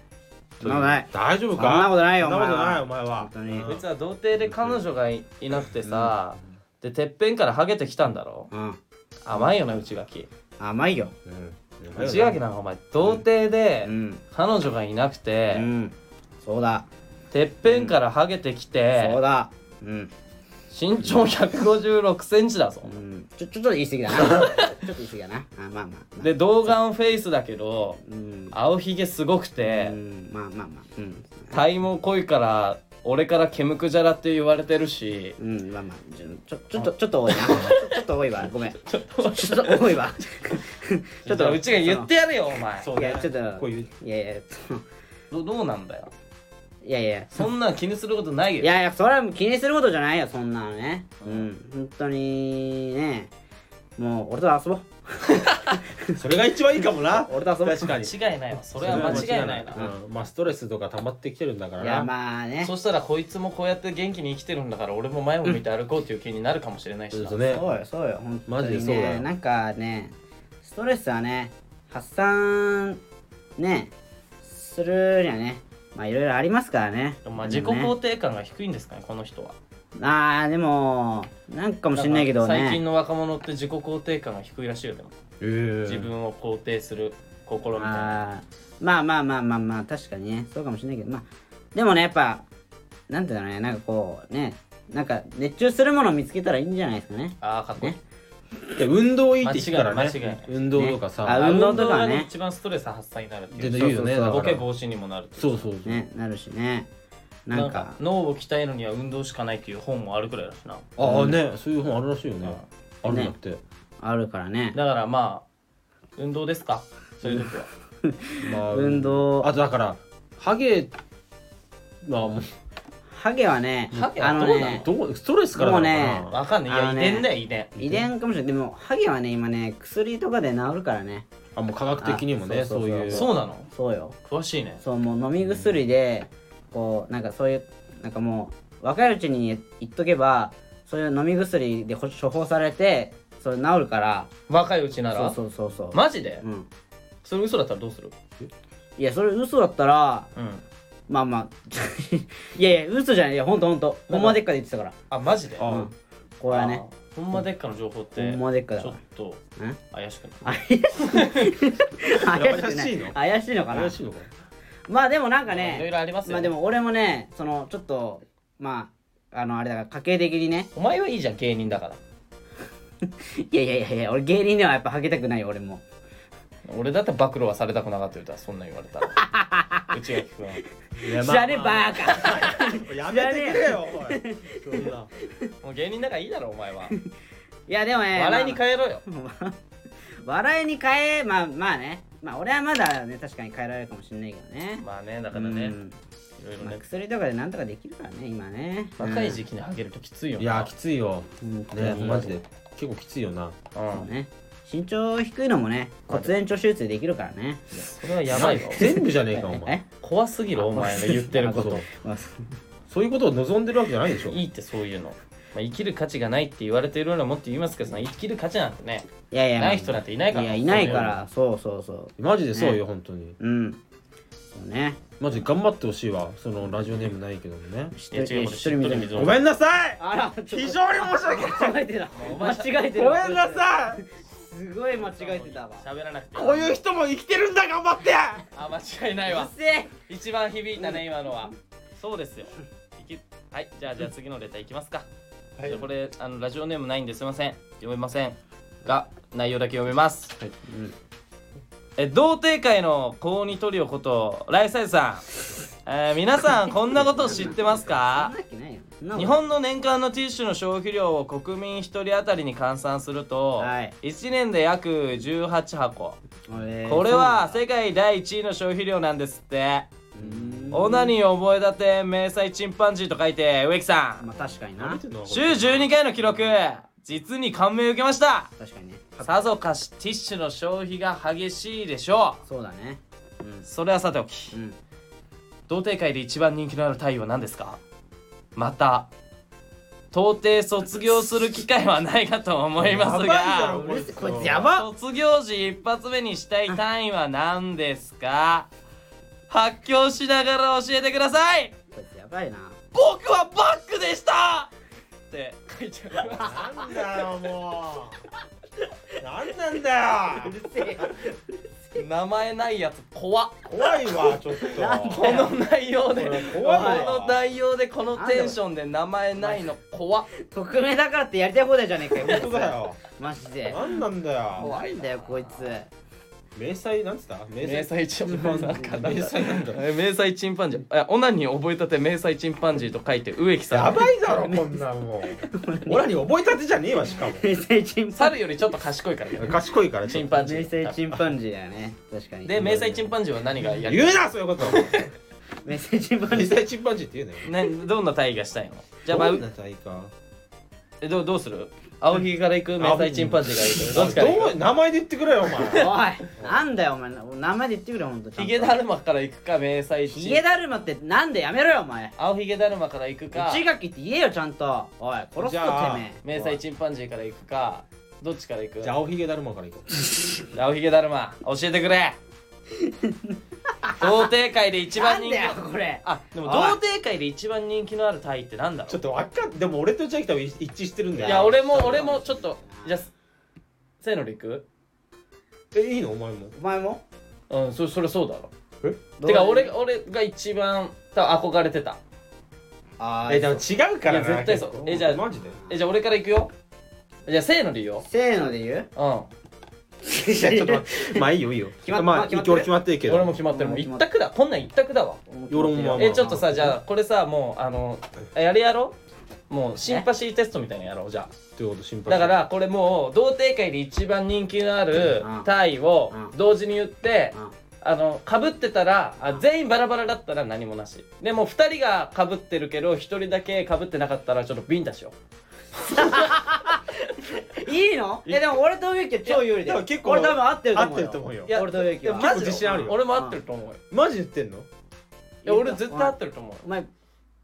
Speaker 1: そんなことない
Speaker 3: 大丈夫か
Speaker 1: そんなことないよ
Speaker 3: そんなことない
Speaker 1: お
Speaker 3: お前は
Speaker 1: 本当に
Speaker 3: うん
Speaker 2: 別は童貞で彼女がいいなくてさ、でてっぺんからハゲてきたんだろ
Speaker 1: うん
Speaker 2: 甘いよな内垣
Speaker 1: 甘いよ
Speaker 3: うん
Speaker 2: 内垣なんかお前童貞で
Speaker 1: うん
Speaker 2: 彼女がいなくて、
Speaker 1: うんそうだ
Speaker 2: てっぺんからハゲてきて
Speaker 1: そう、だうん
Speaker 2: 身長156センチだぞ
Speaker 1: う、んちょちょっと言い過ぎ だなちょっと言い過ぎだなあまあまあ
Speaker 2: で童顔フェイスだけど
Speaker 1: うん
Speaker 2: 青ひげすごくて
Speaker 1: う、んまあまあまあうん
Speaker 2: 体毛濃いから俺からケムクジャラって言われてるし
Speaker 1: うんまあまあちょちょちょっとちょっと多いなちょちょっと多いわごめんちょ ちょっと多いわ
Speaker 2: ちょっとうちが言ってやれよお前
Speaker 3: そう
Speaker 1: いやちょっと
Speaker 3: こういう
Speaker 1: いやいやその
Speaker 2: どどうなんだよ
Speaker 1: いやいや
Speaker 2: そんなん気にすることないよ
Speaker 1: いやいやそれはもう気にすることじゃないよそんなのねうん本当にねもう俺と遊ぼう
Speaker 3: それが一番いいかも な
Speaker 1: 俺と遊ぼう
Speaker 3: 確かに
Speaker 2: 間違いないわそれは間違いないな
Speaker 3: うんまあストレスとか溜まってきてるんだから
Speaker 1: い
Speaker 3: な
Speaker 1: やまあね
Speaker 2: そしたらこいつもこうやって元気に生きてるんだから俺も前を向いて歩こうっていう気になるかもしれないし
Speaker 3: そうで
Speaker 2: な、
Speaker 3: すね
Speaker 1: そうよそうよ本当
Speaker 3: マジで
Speaker 1: に
Speaker 3: そうだ
Speaker 1: ね
Speaker 3: よ
Speaker 1: なんかねストレスはね発散ねするにはねまあいろいろありますからね
Speaker 2: まあ、自己
Speaker 1: でも
Speaker 2: 肯
Speaker 1: ね
Speaker 2: 定感が低いんですかねこの人は
Speaker 1: あーでもなんかもしんないけど
Speaker 2: 最近
Speaker 1: ね
Speaker 2: の若者って自己肯定感が低いらしいよでも、
Speaker 3: えー
Speaker 2: 自分を肯定する心みたいな
Speaker 1: あーまあまあまあまあまあ確かにねそうかもしんないけどまあでもねやっぱなんていうのねなんかこうねなんか熱中するものを見つけたらいいんじゃないですかね
Speaker 2: あーかっこいい、
Speaker 1: ね
Speaker 3: いや運動いいって言ったら
Speaker 2: 間違いない間違
Speaker 3: ね
Speaker 2: い
Speaker 3: 運動とかさ、
Speaker 1: ねあ
Speaker 2: あ
Speaker 1: 運動とかね
Speaker 2: が一番ストレス発散になるっていう
Speaker 3: で言うよね
Speaker 2: そうそうそう
Speaker 3: だか
Speaker 2: ボ
Speaker 3: ら
Speaker 2: ケ防止にもなるっていう
Speaker 3: そうそうそう、
Speaker 1: ねなるしね
Speaker 2: な
Speaker 1: なんん
Speaker 2: か
Speaker 1: か
Speaker 2: 脳を鍛えるには運動しかないっていう本もあるくらいだしな
Speaker 3: ああねそういう本あるらしいよね、あるんだって、
Speaker 1: あるからね
Speaker 2: だからまあ運動ですかそういう時は
Speaker 3: まあ
Speaker 1: 運動
Speaker 3: あとだからハゲまあもう
Speaker 1: ハゲはね
Speaker 2: ハゲは
Speaker 1: あの
Speaker 2: どうなの
Speaker 1: ね
Speaker 3: どうストレスからなの
Speaker 1: も
Speaker 3: か
Speaker 1: う
Speaker 3: な
Speaker 2: わかんないい
Speaker 1: あの
Speaker 2: や遺
Speaker 1: ね
Speaker 2: 伝だよ遺伝
Speaker 1: 遺伝かもしれないでもハゲはね今ね薬とかで治るからね
Speaker 3: あもう科学的にもね
Speaker 1: あそ
Speaker 3: そ
Speaker 1: ううそうそう
Speaker 3: いう
Speaker 2: そうなの
Speaker 1: そうよ
Speaker 2: 詳しいね
Speaker 1: そうもう飲み薬でこうなんかそういうなんかもう若いうちに言っとけばそういう飲み薬でほ処方されてそれ治るから
Speaker 2: 若いうちなら
Speaker 1: そうそうそうそう、
Speaker 2: マジで
Speaker 1: うん、
Speaker 2: それ嘘だったらどうする
Speaker 1: いやそれ嘘だったら
Speaker 2: うん
Speaker 1: まあ まあいやいや嘘じゃないいやほんとほんとほんまでっかで言ってたから
Speaker 2: あマジで
Speaker 3: あ
Speaker 1: うんこれはね
Speaker 2: あーほんまでっかの情報って
Speaker 1: ほんまでっかだ
Speaker 2: ちょ
Speaker 1: わ
Speaker 2: っと
Speaker 1: うん
Speaker 2: 怪しくない
Speaker 1: 怪しい 怪しくな
Speaker 3: 怪しい
Speaker 1: い
Speaker 3: の
Speaker 1: 怪しいのかな
Speaker 3: 怪しいのか
Speaker 1: まあでもなんか
Speaker 2: いろい
Speaker 1: ね
Speaker 2: ろあります
Speaker 1: ま
Speaker 2: よ
Speaker 1: あでも俺もねそのちょっとまああのあれだから家計的にね
Speaker 2: お前はいいじゃん芸人だから
Speaker 1: いやいやいやいや俺芸人ではやっぱハゲたくないよ俺も
Speaker 2: 俺だって暴露はされたくなかったよだそんなん言われたら 内垣君
Speaker 3: いや
Speaker 1: 知
Speaker 3: まあ
Speaker 1: らねえバーカ
Speaker 3: やめてくれよおいそんな
Speaker 2: もう芸人だからいいだろお 前はい
Speaker 1: やでもね
Speaker 2: 笑いに
Speaker 1: え
Speaker 2: 変えろよ
Speaker 1: 笑いに変えまあまあねまあ俺はまだね確かに変えられるかもしれないけどね
Speaker 2: まあねだ
Speaker 1: だ
Speaker 2: からね
Speaker 1: ん
Speaker 2: いろいろ
Speaker 1: まあ
Speaker 2: ね
Speaker 1: 薬とかでなんとかできるからね今ね
Speaker 2: 若い
Speaker 1: 期
Speaker 2: 時期にハゲるときついよ
Speaker 3: い
Speaker 2: な
Speaker 3: やきついよ
Speaker 1: うんそうね
Speaker 3: ねマジで結構きついよな
Speaker 2: うん
Speaker 1: 身長低いのもね骨延長手術できるからね
Speaker 2: それはやばいよ
Speaker 3: 全部じゃねえかお前
Speaker 1: え
Speaker 2: 怖すぎるお前の言ってるこ
Speaker 3: そ
Speaker 2: と
Speaker 3: う
Speaker 1: まあ
Speaker 3: そういうことを望んでるわけじゃないでしょ
Speaker 2: いいってそういうの、まあ、生きる価値がないって言われているようなもんって言いますけどその生きる価値なんてね
Speaker 1: いやいや
Speaker 2: ない人なんていないから
Speaker 1: いやいないからそうそうそう
Speaker 3: マジでそうよ本当に
Speaker 1: うんそうね
Speaker 3: マジで頑張ってほしいわそのラジオネームないけどもね
Speaker 1: 知っ
Speaker 2: いや
Speaker 1: て
Speaker 2: 違
Speaker 1: る
Speaker 2: う
Speaker 1: 知ってるみたいな
Speaker 3: ごめんなさい
Speaker 1: あらちょっと
Speaker 3: 非常に申し訳
Speaker 1: 間
Speaker 3: ない
Speaker 1: 違えてた間違えてた
Speaker 3: ごめんなさい
Speaker 1: すごい間違えてたわ
Speaker 2: 喋らなくて
Speaker 3: こういう人も生きてるんだ頑張って
Speaker 2: あ間違いないうわ
Speaker 1: っせえ
Speaker 2: 一番響いたね今のはそうですよいきはいじゃあじゃあ次のレターいきますか、じゃあこれあのラジオネームないんですいません読めませんが内容だけ読めます、
Speaker 3: はい
Speaker 1: うん
Speaker 2: え童貞界の高二トリオことライフサイズさん、えー皆さんこんなこと知ってます
Speaker 1: そん
Speaker 2: か
Speaker 1: なわけないよそんなこと
Speaker 2: 日本の年間のティッシュの消費量を国民1人当たりに換算すると、
Speaker 1: はい
Speaker 2: 1年で約18箱
Speaker 1: えー
Speaker 2: これは世界第1位の消費量なんですって
Speaker 1: そうなんだ
Speaker 2: オナニーを覚え立て迷彩チンパンジーと書いて植木さ
Speaker 1: ま
Speaker 2: ん
Speaker 1: あ確かにな
Speaker 2: 週12回の記録実に感銘を受けました
Speaker 1: 確かにね
Speaker 2: さぞかしティッシュの消費が激しいでしょ
Speaker 1: そうだね
Speaker 2: うそれはさてお
Speaker 1: う
Speaker 2: き
Speaker 1: ん
Speaker 2: 童貞界で一番人気のある体位は何ですかまた到底卒業する機会はないかと思います
Speaker 3: やばいだろ
Speaker 2: が
Speaker 1: うるせえこいつや
Speaker 3: や
Speaker 1: ば
Speaker 2: 卒業時一発目にしたい単位は何ですか発狂しながら教えてください
Speaker 1: こいつやばいな
Speaker 2: 僕はバックでしたって書いちゃう
Speaker 3: なんだよもうなんなんだよ
Speaker 1: うるせえ
Speaker 2: 名前ないやつ怖っ
Speaker 3: 怖いわちょっと
Speaker 2: この内容で
Speaker 3: これ
Speaker 2: こ
Speaker 3: 怖いわ
Speaker 2: の内容でこのテンションで名前ないの怖っ
Speaker 1: 匿名だからってやりたい放題じゃねえかよ
Speaker 3: 本当だよ
Speaker 1: マジで
Speaker 3: なんなんだよ
Speaker 2: 怖いな
Speaker 1: なんだよこいつ
Speaker 3: 迷彩なんつった迷
Speaker 2: 迷
Speaker 3: 彩
Speaker 2: 彩チンパンジー
Speaker 3: 迷彩なんだ
Speaker 2: え迷彩チンパンジーあオナニー覚えたて迷彩チンパンジーと書いて植木さ
Speaker 3: や
Speaker 2: ん
Speaker 3: ばいだろこんなんもう俺らに覚えたてじゃねえわしかも
Speaker 1: 迷彩チンパン
Speaker 2: 猿よりちょっと賢いからね
Speaker 3: 賢いから
Speaker 2: チン
Speaker 3: ン
Speaker 2: パンジ
Speaker 1: 迷彩
Speaker 2: ー
Speaker 1: チンパンジーだよね確かに
Speaker 2: で迷彩チン
Speaker 1: ン
Speaker 2: パンジーは何がやる
Speaker 3: 言うなそういうこと
Speaker 1: 迷彩チンパンジ
Speaker 3: 迷
Speaker 1: ー
Speaker 3: 彩チンパンジーって言うね
Speaker 2: ねどんな体位がしたいのじゃあまあ
Speaker 3: どんな体か
Speaker 2: えどうどうする青ひげから行く迷彩チンパンジーがいるどっちから
Speaker 3: ど
Speaker 2: 行
Speaker 3: う名前で言ってくれよお前
Speaker 1: おいなんだよお前名前で言ってくれよほんとち
Speaker 2: く
Speaker 1: ゃん
Speaker 2: ヒ
Speaker 1: と
Speaker 2: ゲだるまから行くか迷彩
Speaker 1: ヒ
Speaker 2: チ
Speaker 1: ゲ
Speaker 2: ン
Speaker 1: だるまってなんでやめろよお前
Speaker 2: 青ひげだるまから行くか
Speaker 1: 内垣って言えよちゃんとおい殺す
Speaker 3: じ
Speaker 1: ぞ
Speaker 3: ゃあ
Speaker 1: てめえ
Speaker 2: 迷彩チンパンジーから行くかどっちから行く
Speaker 3: じゃあ青ひげだるまから行こう
Speaker 2: 青ひげだるま教えてくれ童貞界で一番人気
Speaker 1: なんだよこれ
Speaker 2: あでも
Speaker 1: おい
Speaker 2: 童貞界で一番人気のあるタイってなんだろ
Speaker 3: ちょっとわかんでも俺とジャキ多分一致してるん
Speaker 2: う
Speaker 3: だ
Speaker 2: い
Speaker 3: よ
Speaker 2: や俺も俺もちょっとじゃあせーので行く
Speaker 3: えいいのお前も
Speaker 1: お前も
Speaker 2: うんそそれそうだろ
Speaker 3: え
Speaker 2: てか俺俺が一番多分憧れてた
Speaker 1: あー
Speaker 3: えでも違うから
Speaker 2: い
Speaker 3: な
Speaker 2: や絶対そう
Speaker 3: 結構
Speaker 2: えじゃあ
Speaker 3: マジで
Speaker 2: えじゃあ俺から行くよじゃあせーのでいいよ
Speaker 1: せーので言う
Speaker 2: うん
Speaker 3: いやちょっと待 ってまあいいよいいよ
Speaker 1: まっ
Speaker 3: まあ
Speaker 1: 決まってる
Speaker 3: 俺決まってるけど
Speaker 2: 俺も決まってるもう
Speaker 1: 俺も
Speaker 2: 一
Speaker 1: 決ま
Speaker 2: 択だこんなん一択だわ
Speaker 3: 世論もまあまあ
Speaker 2: えちょっとさじゃあこれさもうあのやれやろうもうシンパシーテストみたいなのやろうじゃ
Speaker 3: ということ心
Speaker 2: あ
Speaker 3: 配
Speaker 2: だからこれもう童貞界で一番人気のある
Speaker 1: うん
Speaker 2: 単位を
Speaker 1: うん
Speaker 2: 同時に言って
Speaker 1: うん
Speaker 2: あの被ってたらあ全員バラバラだったら何もなしでも2人が被ってるけど1人だけ被ってなかったらちょっとビンタしよ
Speaker 1: いいのいやでも俺と植木は超有利だ
Speaker 3: いや
Speaker 1: よ
Speaker 3: でも結構
Speaker 1: 俺多分合ってると
Speaker 3: 合
Speaker 1: 思う
Speaker 3: って
Speaker 1: よ
Speaker 3: ると思うよ
Speaker 2: ういや
Speaker 1: 俺と植木は
Speaker 2: でもマジ
Speaker 3: 結
Speaker 2: で
Speaker 3: 構自信あるよ
Speaker 2: 俺も合ってると思うよ
Speaker 3: マジで言ってんの
Speaker 2: いや俺絶対合ってると思うよ
Speaker 1: お前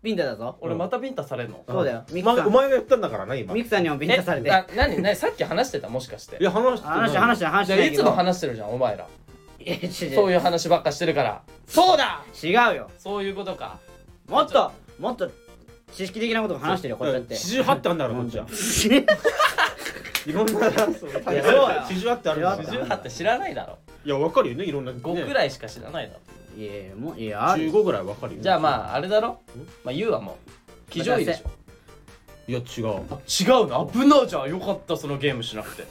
Speaker 1: ビンタだぞ
Speaker 2: 俺またビンタされるの
Speaker 1: そうだよミ
Speaker 3: お
Speaker 1: ク
Speaker 3: 前
Speaker 1: さ
Speaker 3: お
Speaker 1: ん
Speaker 3: 前が言ったんだからな今
Speaker 1: ミクさんにもビン
Speaker 2: え
Speaker 1: タされて
Speaker 2: あ何何さっき話してたもしかして
Speaker 3: いや話してない
Speaker 1: 話話して話し
Speaker 2: じゃあ
Speaker 1: ない
Speaker 2: い
Speaker 1: け
Speaker 2: つ
Speaker 1: ど
Speaker 2: も話してるじゃんお前ら
Speaker 1: いや違う違う
Speaker 2: そういう話ばっかしてるからそうだ
Speaker 1: 違うよ
Speaker 2: そういうことか
Speaker 1: もっともっと知識的なことも話してるよこっちだって
Speaker 3: 四十八ってあんだろこっちはいろんなそ
Speaker 1: い
Speaker 3: う
Speaker 1: やそうだよ
Speaker 3: 四十八ってあるん
Speaker 1: 四
Speaker 3: だ
Speaker 1: 十
Speaker 3: よ
Speaker 1: 八
Speaker 2: 18って知らないだろ
Speaker 3: いやわかるよねいろんな
Speaker 2: 5く
Speaker 3: い
Speaker 2: らいしか知らないだろ
Speaker 1: いやいやもういやあ
Speaker 3: 十
Speaker 1: る
Speaker 3: 五ぐらいわかるよ
Speaker 2: じゃあまああれだろ
Speaker 3: ん
Speaker 2: まあ言うはもう騎乗位でしょ
Speaker 3: いや違う
Speaker 2: 違うの危ないじゃんよかったそのゲームしなくてい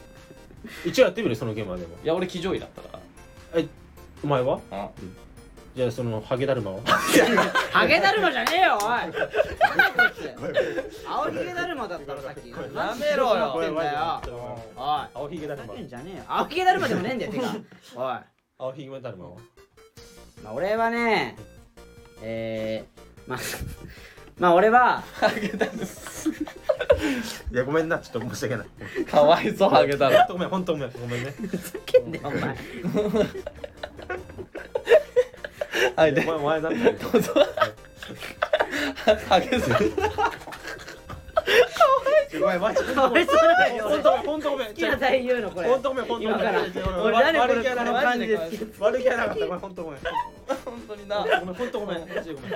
Speaker 3: 一応やってみるそのゲームはでも
Speaker 2: や俺騎乗位だったか
Speaker 3: お前は
Speaker 2: ら
Speaker 3: じゃあそのハゲだるまは
Speaker 1: ハゲだるまじゃねえよおいなんだこいつ青ひげだるまだったろさっきや
Speaker 2: めろよ
Speaker 1: おいふ
Speaker 3: 青ひげだるま
Speaker 1: ざけんじゃねえよ青ひげだるまでもねえんだよ てかおい、ま
Speaker 3: 青ひげだるまは
Speaker 1: あ、俺はねえー、まあ まあ俺は
Speaker 3: いやごめんなちょっと申し訳ない
Speaker 2: うんかわいそうハゲだろ
Speaker 3: ごめん本当ごめんごめんね
Speaker 1: 叫んでお前
Speaker 2: はい
Speaker 3: お前お前なんだよ
Speaker 2: ハゲさん
Speaker 3: すごいマジで
Speaker 1: かわいそうだよ
Speaker 3: 本当本当ごめん
Speaker 1: 好きなタイ言うのこれ
Speaker 3: 本当ごめん本当
Speaker 1: 今
Speaker 3: ごめ
Speaker 1: から
Speaker 3: ん
Speaker 1: 俺何こ
Speaker 3: 悪
Speaker 1: れ
Speaker 3: い気は
Speaker 1: こ
Speaker 3: な
Speaker 1: の
Speaker 3: かった
Speaker 1: 感じですけど
Speaker 3: 悪い気はなかったごめん本当ごめん
Speaker 2: 本当にな
Speaker 3: ごめん本当ごめんマジでごめん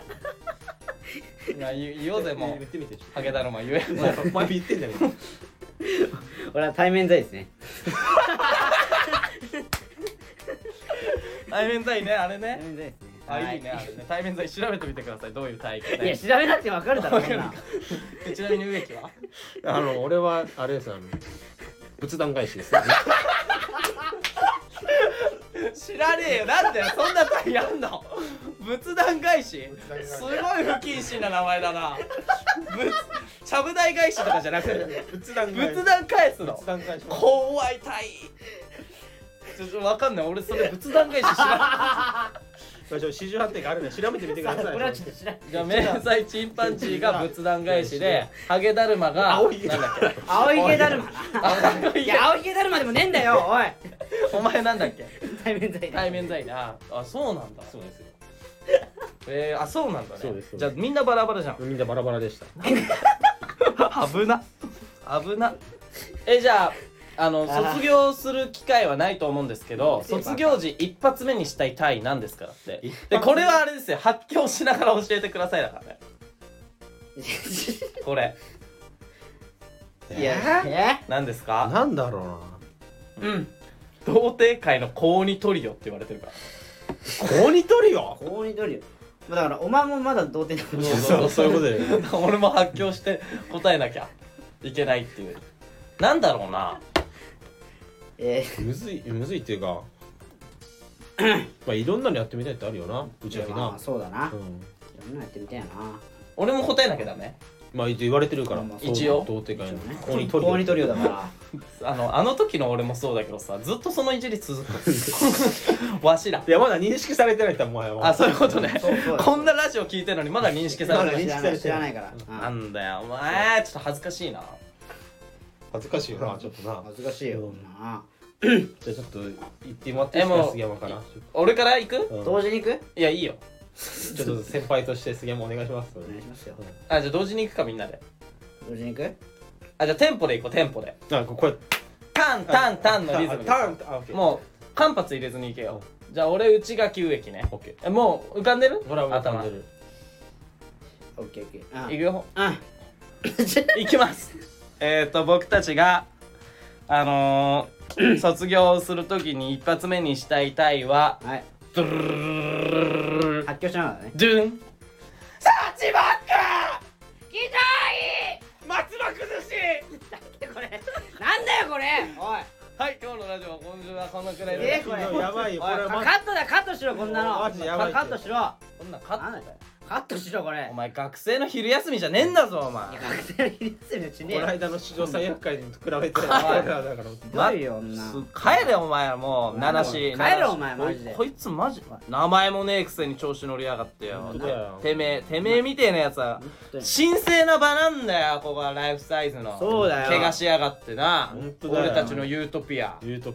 Speaker 2: いや言言おうぜも
Speaker 3: 言
Speaker 2: う
Speaker 3: ってみて
Speaker 2: ハゲだろま言え
Speaker 3: お前お前言ってんだよ
Speaker 1: 俺は対面剤ですね
Speaker 2: 対面罪ねあれ
Speaker 1: 対
Speaker 2: ね
Speaker 1: 面剤ですね
Speaker 2: あ
Speaker 1: はい
Speaker 2: いねあ れね対面罪調べてみてくださいどういう体型
Speaker 1: いや調べなくてわかるだろ
Speaker 2: わ
Speaker 1: そ
Speaker 2: か
Speaker 1: ん
Speaker 2: る
Speaker 1: な
Speaker 2: かちなみに植木は
Speaker 3: あの俺はあれですあの仏壇返しですね
Speaker 2: 知らねえよなんだよそんな体あんの仏壇返しすごい不謹慎な名前だな仏ちゃぶ台返しとかじゃなくて
Speaker 3: 仏壇返し
Speaker 2: 仏壇返すの
Speaker 3: 仏壇返し
Speaker 2: 怖い体ちょっとわかんない俺それ仏壇返し 知らない
Speaker 3: 最初四十八点があるんで調べてみてください
Speaker 1: これはちょっと知らない
Speaker 2: じゃあ迷彩チンパンジーが仏壇返 しでハゲだるまが
Speaker 3: 青い
Speaker 2: なんだっけ
Speaker 1: 青ひげだるまないや青ひげだるまでもねえんだよおい
Speaker 2: お前なんだっけ
Speaker 1: 対面剤
Speaker 2: 対面罪なあそうなんだ
Speaker 3: そうですよ
Speaker 2: えー、あそうなんだね
Speaker 3: そうですそう
Speaker 2: じゃ
Speaker 3: で
Speaker 2: あ
Speaker 3: す
Speaker 2: みんなバラバラじゃん
Speaker 3: みんなバラバラでした
Speaker 2: 危な危なえじゃああの
Speaker 1: あー
Speaker 2: 卒業する機会はないと思うんですけど卒業時一発目にしたい単位なんですからってでこれはあれですよ発狂しながら教えてくださいだからねこれ
Speaker 1: いやえ
Speaker 2: 何ですか
Speaker 3: なんだろ
Speaker 2: うん童貞界の高二トリオって言われてるから
Speaker 3: 高二トリオ
Speaker 1: 高二トリオだからお前もまだ童貞なの
Speaker 2: そう
Speaker 3: そうそういうことで
Speaker 2: 俺も発狂して答えなきゃいけないっていうなんだろうな
Speaker 1: え
Speaker 3: むずいむずいっていうかまあいろんなのやってみたいってあるよなぶっちゃ
Speaker 1: ー、
Speaker 3: け
Speaker 1: ま
Speaker 3: な
Speaker 1: あ、そうだな
Speaker 3: う
Speaker 1: いろ
Speaker 3: ん
Speaker 1: んなのやってみたいよな
Speaker 2: 俺も答えなきゃダメ
Speaker 3: まあ一応言われてるから
Speaker 1: まあ
Speaker 2: 一応
Speaker 3: 童貞会の高二トリオ
Speaker 1: 高二トリオだから
Speaker 2: あのあの時の俺もそうだけどさずっとそのいじり続く わしら
Speaker 3: いやまだ認識されてないってお前は
Speaker 2: あそういうことね
Speaker 1: そうそう
Speaker 2: こんなラジオ聞いてるのにまだ認識されて
Speaker 3: ま
Speaker 2: な
Speaker 3: だ
Speaker 1: 知らな
Speaker 3: 認
Speaker 2: い
Speaker 1: い知らないから、うん
Speaker 2: なんだよお前ちょっと恥ずかしいな
Speaker 3: 恥ずかしいよなちょっとな
Speaker 1: 恥ずかしいよ、こんなな
Speaker 3: じゃあちょっと言ってもらってい
Speaker 2: え
Speaker 3: いです
Speaker 2: も
Speaker 3: か
Speaker 2: う
Speaker 3: 杉山から
Speaker 2: 俺から行く
Speaker 3: うん
Speaker 1: 同時に行く
Speaker 2: いやいいよ
Speaker 3: ちょっと先輩として杉山お願いします
Speaker 1: お願いしますよ
Speaker 2: あじゃあ同時に行くかみんなで
Speaker 1: 同時に行く
Speaker 2: あじゃあテンポで行こうテンポで
Speaker 3: なんかこれ
Speaker 2: タンタンタンのリズムで
Speaker 3: ターンあオッケー
Speaker 2: もう間髪入れずに行けよじゃあ俺内垣植木ね
Speaker 3: オッケ
Speaker 2: えもう浮かんでる
Speaker 3: ーほら浮かんでる
Speaker 1: オッケーオッケー
Speaker 2: 頭
Speaker 1: あ
Speaker 2: いくよ
Speaker 1: あ
Speaker 2: いきますえっと僕たちがあのー卒業するときに一発目にしたいタイは
Speaker 1: はい
Speaker 2: ドゥルルルルルルル
Speaker 1: 発狂しながらね
Speaker 2: ドゥンサーチバックギター松葉崩し
Speaker 1: これなんだよこれおい
Speaker 2: はい今日のラジオは今週はこのくらいで
Speaker 1: えーこれ
Speaker 3: やばいよこれ
Speaker 1: おいカ
Speaker 3: マ
Speaker 1: カットだカットしろこんなの
Speaker 3: マジやばいって
Speaker 1: カットしろ
Speaker 2: こんなんカットだよ
Speaker 1: カットしろこれ
Speaker 2: お前学生の昼休みじゃねえんだぞお
Speaker 1: い
Speaker 2: 前
Speaker 1: や学生の昼休みのうちね
Speaker 3: この間の史上最悪回に比べて俺
Speaker 2: はい
Speaker 3: らだから
Speaker 1: ひどいよ女
Speaker 2: 帰れお前らもう
Speaker 1: なんだ
Speaker 2: 七
Speaker 1: お
Speaker 2: し
Speaker 1: 前帰れお前マジで
Speaker 2: こいつマジ名前もねえくせに調子乗りやがってよ
Speaker 3: 本当だよ
Speaker 2: てめえてめえみてえなやつは
Speaker 1: 本当に
Speaker 2: 神聖な場なんだよここはライフサイズの
Speaker 1: そうだよ
Speaker 2: 怪我しやがってな
Speaker 3: 本当だよ
Speaker 2: 俺たちのユートピア
Speaker 3: ユート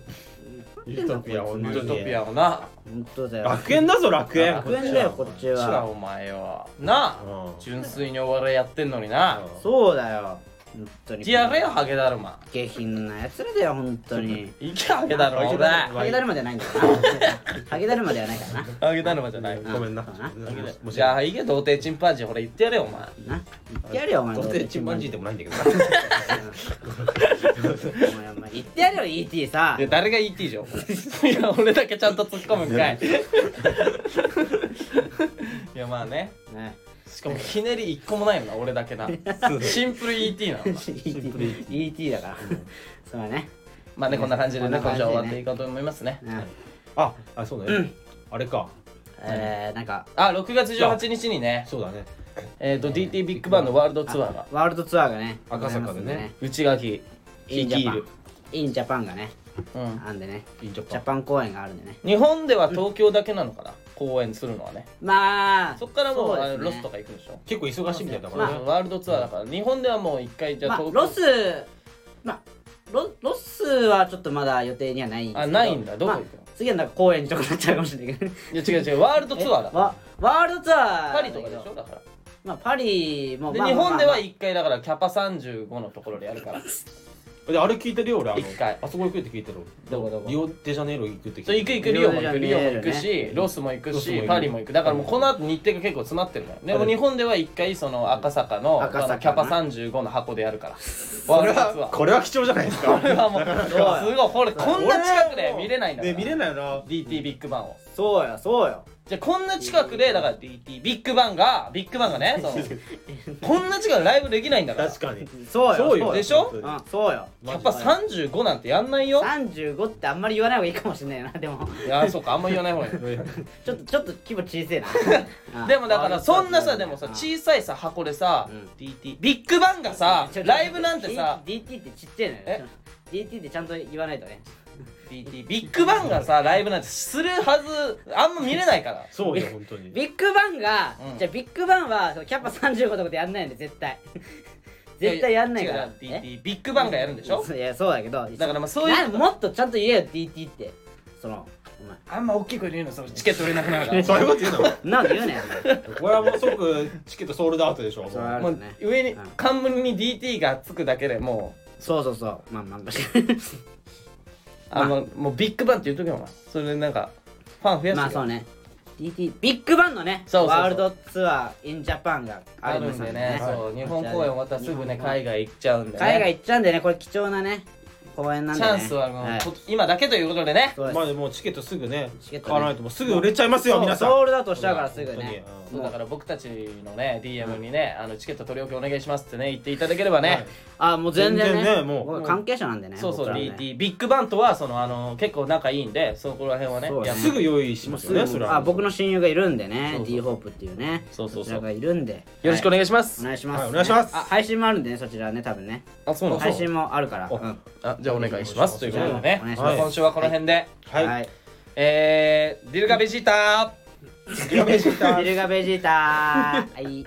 Speaker 3: ユートピア本当
Speaker 2: ユ
Speaker 3: に
Speaker 2: ートピアをな
Speaker 1: 本当だよ
Speaker 3: 楽園だぞ楽園
Speaker 1: 楽園だよこっち
Speaker 2: うちは
Speaker 1: は
Speaker 2: お前よなあ
Speaker 3: うん
Speaker 2: 純粋にお笑いやってんのにな
Speaker 3: うん
Speaker 1: そうだよ本当に
Speaker 2: 行きやれよハゲだるま
Speaker 1: 下品なやつらだよ本当に
Speaker 2: 行きハゲだろ
Speaker 3: ハゲ
Speaker 2: 俺
Speaker 3: だるま
Speaker 1: ハゲだるまではないんだからなハゲだるまではないからな
Speaker 2: ハゲだるまじゃない
Speaker 3: ごめんな
Speaker 1: そうだな
Speaker 3: もし
Speaker 2: じゃあいいけ童貞チンパンジーほら言ってやれよお前
Speaker 1: な言ってやれよお前
Speaker 3: 童貞チンパンジーでもないんだけ どな
Speaker 1: お前お前言ってやれよ ET さ
Speaker 2: いや誰が ET じゃんお前いや俺だけちゃんと突っ込むんかいいやまあね
Speaker 1: ね
Speaker 2: しかもひねり一個もないもんな俺だけなシンプル ET なの
Speaker 1: ET だからそうだね
Speaker 2: まあねこんな感じでね
Speaker 1: こんな感
Speaker 2: 今
Speaker 1: じ
Speaker 2: 週
Speaker 1: でね
Speaker 2: は終わっていこうと思いますね
Speaker 1: うん
Speaker 3: ああそうだねあれか
Speaker 1: えーなんか
Speaker 2: あ6月18日にね
Speaker 3: そうだね
Speaker 2: えっと DT ビッグバンのワールドツアーが
Speaker 1: ワールドツアーがね
Speaker 3: 赤坂でね
Speaker 2: 内垣
Speaker 1: イン
Speaker 2: 率
Speaker 1: ジャ
Speaker 2: い
Speaker 1: パン
Speaker 2: る、
Speaker 1: インジャパンがね
Speaker 2: うん、
Speaker 1: あんでね
Speaker 3: インジャ
Speaker 1: ジ
Speaker 3: パ
Speaker 1: ャ
Speaker 3: ン
Speaker 1: パン公演があるんでね
Speaker 2: 日本では東京だけなのかな公演するのはね
Speaker 1: まあ
Speaker 2: そっからもうあ
Speaker 1: そで
Speaker 2: の
Speaker 1: すね
Speaker 2: ロスとか行くんでしょ
Speaker 3: 結構忙しいみたいだか
Speaker 1: ま
Speaker 3: ら
Speaker 1: あ
Speaker 3: ね
Speaker 2: ワールドツアーだから日本ではもう一回じゃあ
Speaker 1: まあ
Speaker 2: 東京
Speaker 1: ロスまあロロスはちょっとまだ予定にはないんですけど
Speaker 2: あないんだどこ行くの
Speaker 1: まあ次はなんか公演とかになっちゃうかもしれない けどね
Speaker 2: いや違う違うワールドツアーだから
Speaker 1: わワールドツアー
Speaker 2: パリとかでしょだから
Speaker 1: まあパリも
Speaker 2: で
Speaker 1: まあ
Speaker 2: 日本では
Speaker 1: まあま
Speaker 2: 1回だからキャパ35のところでやるから
Speaker 3: であれ聞いてるよ俺あの
Speaker 2: 一回
Speaker 3: あそこ行くって聞いてる
Speaker 2: どこどこ
Speaker 3: リオデジャネイロ行くって聞い
Speaker 2: そ
Speaker 3: て
Speaker 2: う
Speaker 3: る
Speaker 2: 行く行くリオも
Speaker 1: リ
Speaker 2: 行
Speaker 1: オ
Speaker 2: く
Speaker 1: デ
Speaker 2: リ
Speaker 1: ジ
Speaker 2: オ
Speaker 1: ャ
Speaker 2: も
Speaker 1: ネイロ
Speaker 2: 行
Speaker 1: ね
Speaker 2: くしロスも行く
Speaker 3: ロスも行く
Speaker 2: しパリも行くだからもうこの後日程が結構詰まってるからでも日本では1回その赤坂の
Speaker 1: 赤坂
Speaker 2: あのキャパ35の箱でやるからワールドツアー
Speaker 3: これは貴重じゃないですか
Speaker 2: これはもうすごいこれ こんな近くで見れないんだか
Speaker 3: ね
Speaker 2: ら
Speaker 3: 見れないよな
Speaker 2: DT ビッグバン
Speaker 1: あ
Speaker 2: を
Speaker 1: そうよそうよ
Speaker 2: じゃあこんな近くでだから DT ビッグバンがビッグバンがねそのこんな近くでライブできないんだから
Speaker 3: 確かに
Speaker 1: そうよ
Speaker 3: そうよ
Speaker 2: でしょ
Speaker 3: 本当に
Speaker 1: うんそうよ
Speaker 2: やっぱ35なんてやんないよ
Speaker 1: 35ってあんまり言わない方がいいかもしれないなでも
Speaker 2: いやそうかあんま言わない方がいい
Speaker 1: ちょっとちょっと規模小せえなああ
Speaker 2: でもだからそんなさでもさ
Speaker 1: ああ
Speaker 2: 小さいさ箱でさ、
Speaker 1: うん
Speaker 2: DT ビッグバンがさ
Speaker 1: ちょちょ
Speaker 2: ライブなんてさ
Speaker 1: D- DT ってちっちゃいのよ DT ってちゃんと言わないとね
Speaker 2: DT ビッグバンがさライブなんてするはずあんま見れないから
Speaker 3: そうよ本当に
Speaker 1: ビッグバンが、
Speaker 2: うん
Speaker 1: じゃあビッグバンはそのキャパ35とかでやんないんで絶 対絶対やんないから
Speaker 2: 違う DT ビッグバンがやるんでしょ
Speaker 1: えいやそうだけど
Speaker 2: だからまあそういうこと
Speaker 1: なもっとちゃんと言えよ DT ってそのお前
Speaker 2: あんま大きい声で言うのそのチケット売れなくなるから
Speaker 3: そういうこと言うの
Speaker 1: そんなんで言うなよお 前
Speaker 3: これはもう即チケットソールドアウトでしょもう
Speaker 1: それはあ
Speaker 2: も
Speaker 1: る
Speaker 2: う
Speaker 1: ね
Speaker 2: 上に
Speaker 1: うん
Speaker 2: 冠に DT がつくだけでもう
Speaker 1: そうそうそうまあまあま
Speaker 2: あのもうビッグバンって言うとけよお前それでなんかファン
Speaker 1: あ
Speaker 2: 増 や
Speaker 1: まあ
Speaker 2: して
Speaker 1: そうね DT ビッグバンのね
Speaker 2: そうそうそう
Speaker 1: ワールドツアー in ジャパンがあ
Speaker 2: あ
Speaker 1: りま
Speaker 2: る
Speaker 1: す
Speaker 2: ん
Speaker 1: の
Speaker 2: で
Speaker 1: で
Speaker 2: ね
Speaker 1: ね
Speaker 2: そう日本公演終わったらすぐね海外行っちゃうんでね
Speaker 1: 海外行っちゃうんでねこれ貴重なね公演なん
Speaker 2: チ
Speaker 1: で、ね、
Speaker 2: ャンスはもう、
Speaker 1: い、
Speaker 2: こ今だけということでね
Speaker 1: そうです
Speaker 3: まあでもチケットすぐね
Speaker 1: チケットね
Speaker 3: 買わないともうすぐ売れちゃいますよ
Speaker 1: そう
Speaker 3: 皆さん
Speaker 1: ソールだとしたからすぐね
Speaker 3: 本
Speaker 2: そうだから僕たちのね DM にね、あのチケット取り置きお願いしますってね言っていただければね、
Speaker 3: はい
Speaker 1: あもう全然ね
Speaker 3: 全然ねもう
Speaker 1: 僕関係者なんでね
Speaker 2: そうそう、
Speaker 1: 僕らは
Speaker 2: D
Speaker 1: ね
Speaker 2: D ビッグバンとはそのあの結構仲いいんでそこら辺はね
Speaker 1: そう
Speaker 2: いや
Speaker 3: すぐ用意しますよねそれは
Speaker 1: あ僕の親友がいるんでね
Speaker 2: そうそう
Speaker 1: D ホープっていうね
Speaker 2: そうそうそう
Speaker 1: ちらがいるんで
Speaker 2: よろしくお
Speaker 1: はい
Speaker 2: 願いします、
Speaker 1: お願いします、
Speaker 3: はいお願いします
Speaker 1: あ配信もあるんでねそちらね多分ね
Speaker 2: あそうなん
Speaker 1: 配信もあるから、
Speaker 3: お
Speaker 1: うん
Speaker 2: あじゃあお願いしますということでね
Speaker 1: お願いし
Speaker 3: ます
Speaker 2: 今週はこの辺で、
Speaker 3: はい、
Speaker 1: はい
Speaker 2: えー、ディルガベジーター、
Speaker 3: ディルガベジータ
Speaker 1: ビルガベジーターはい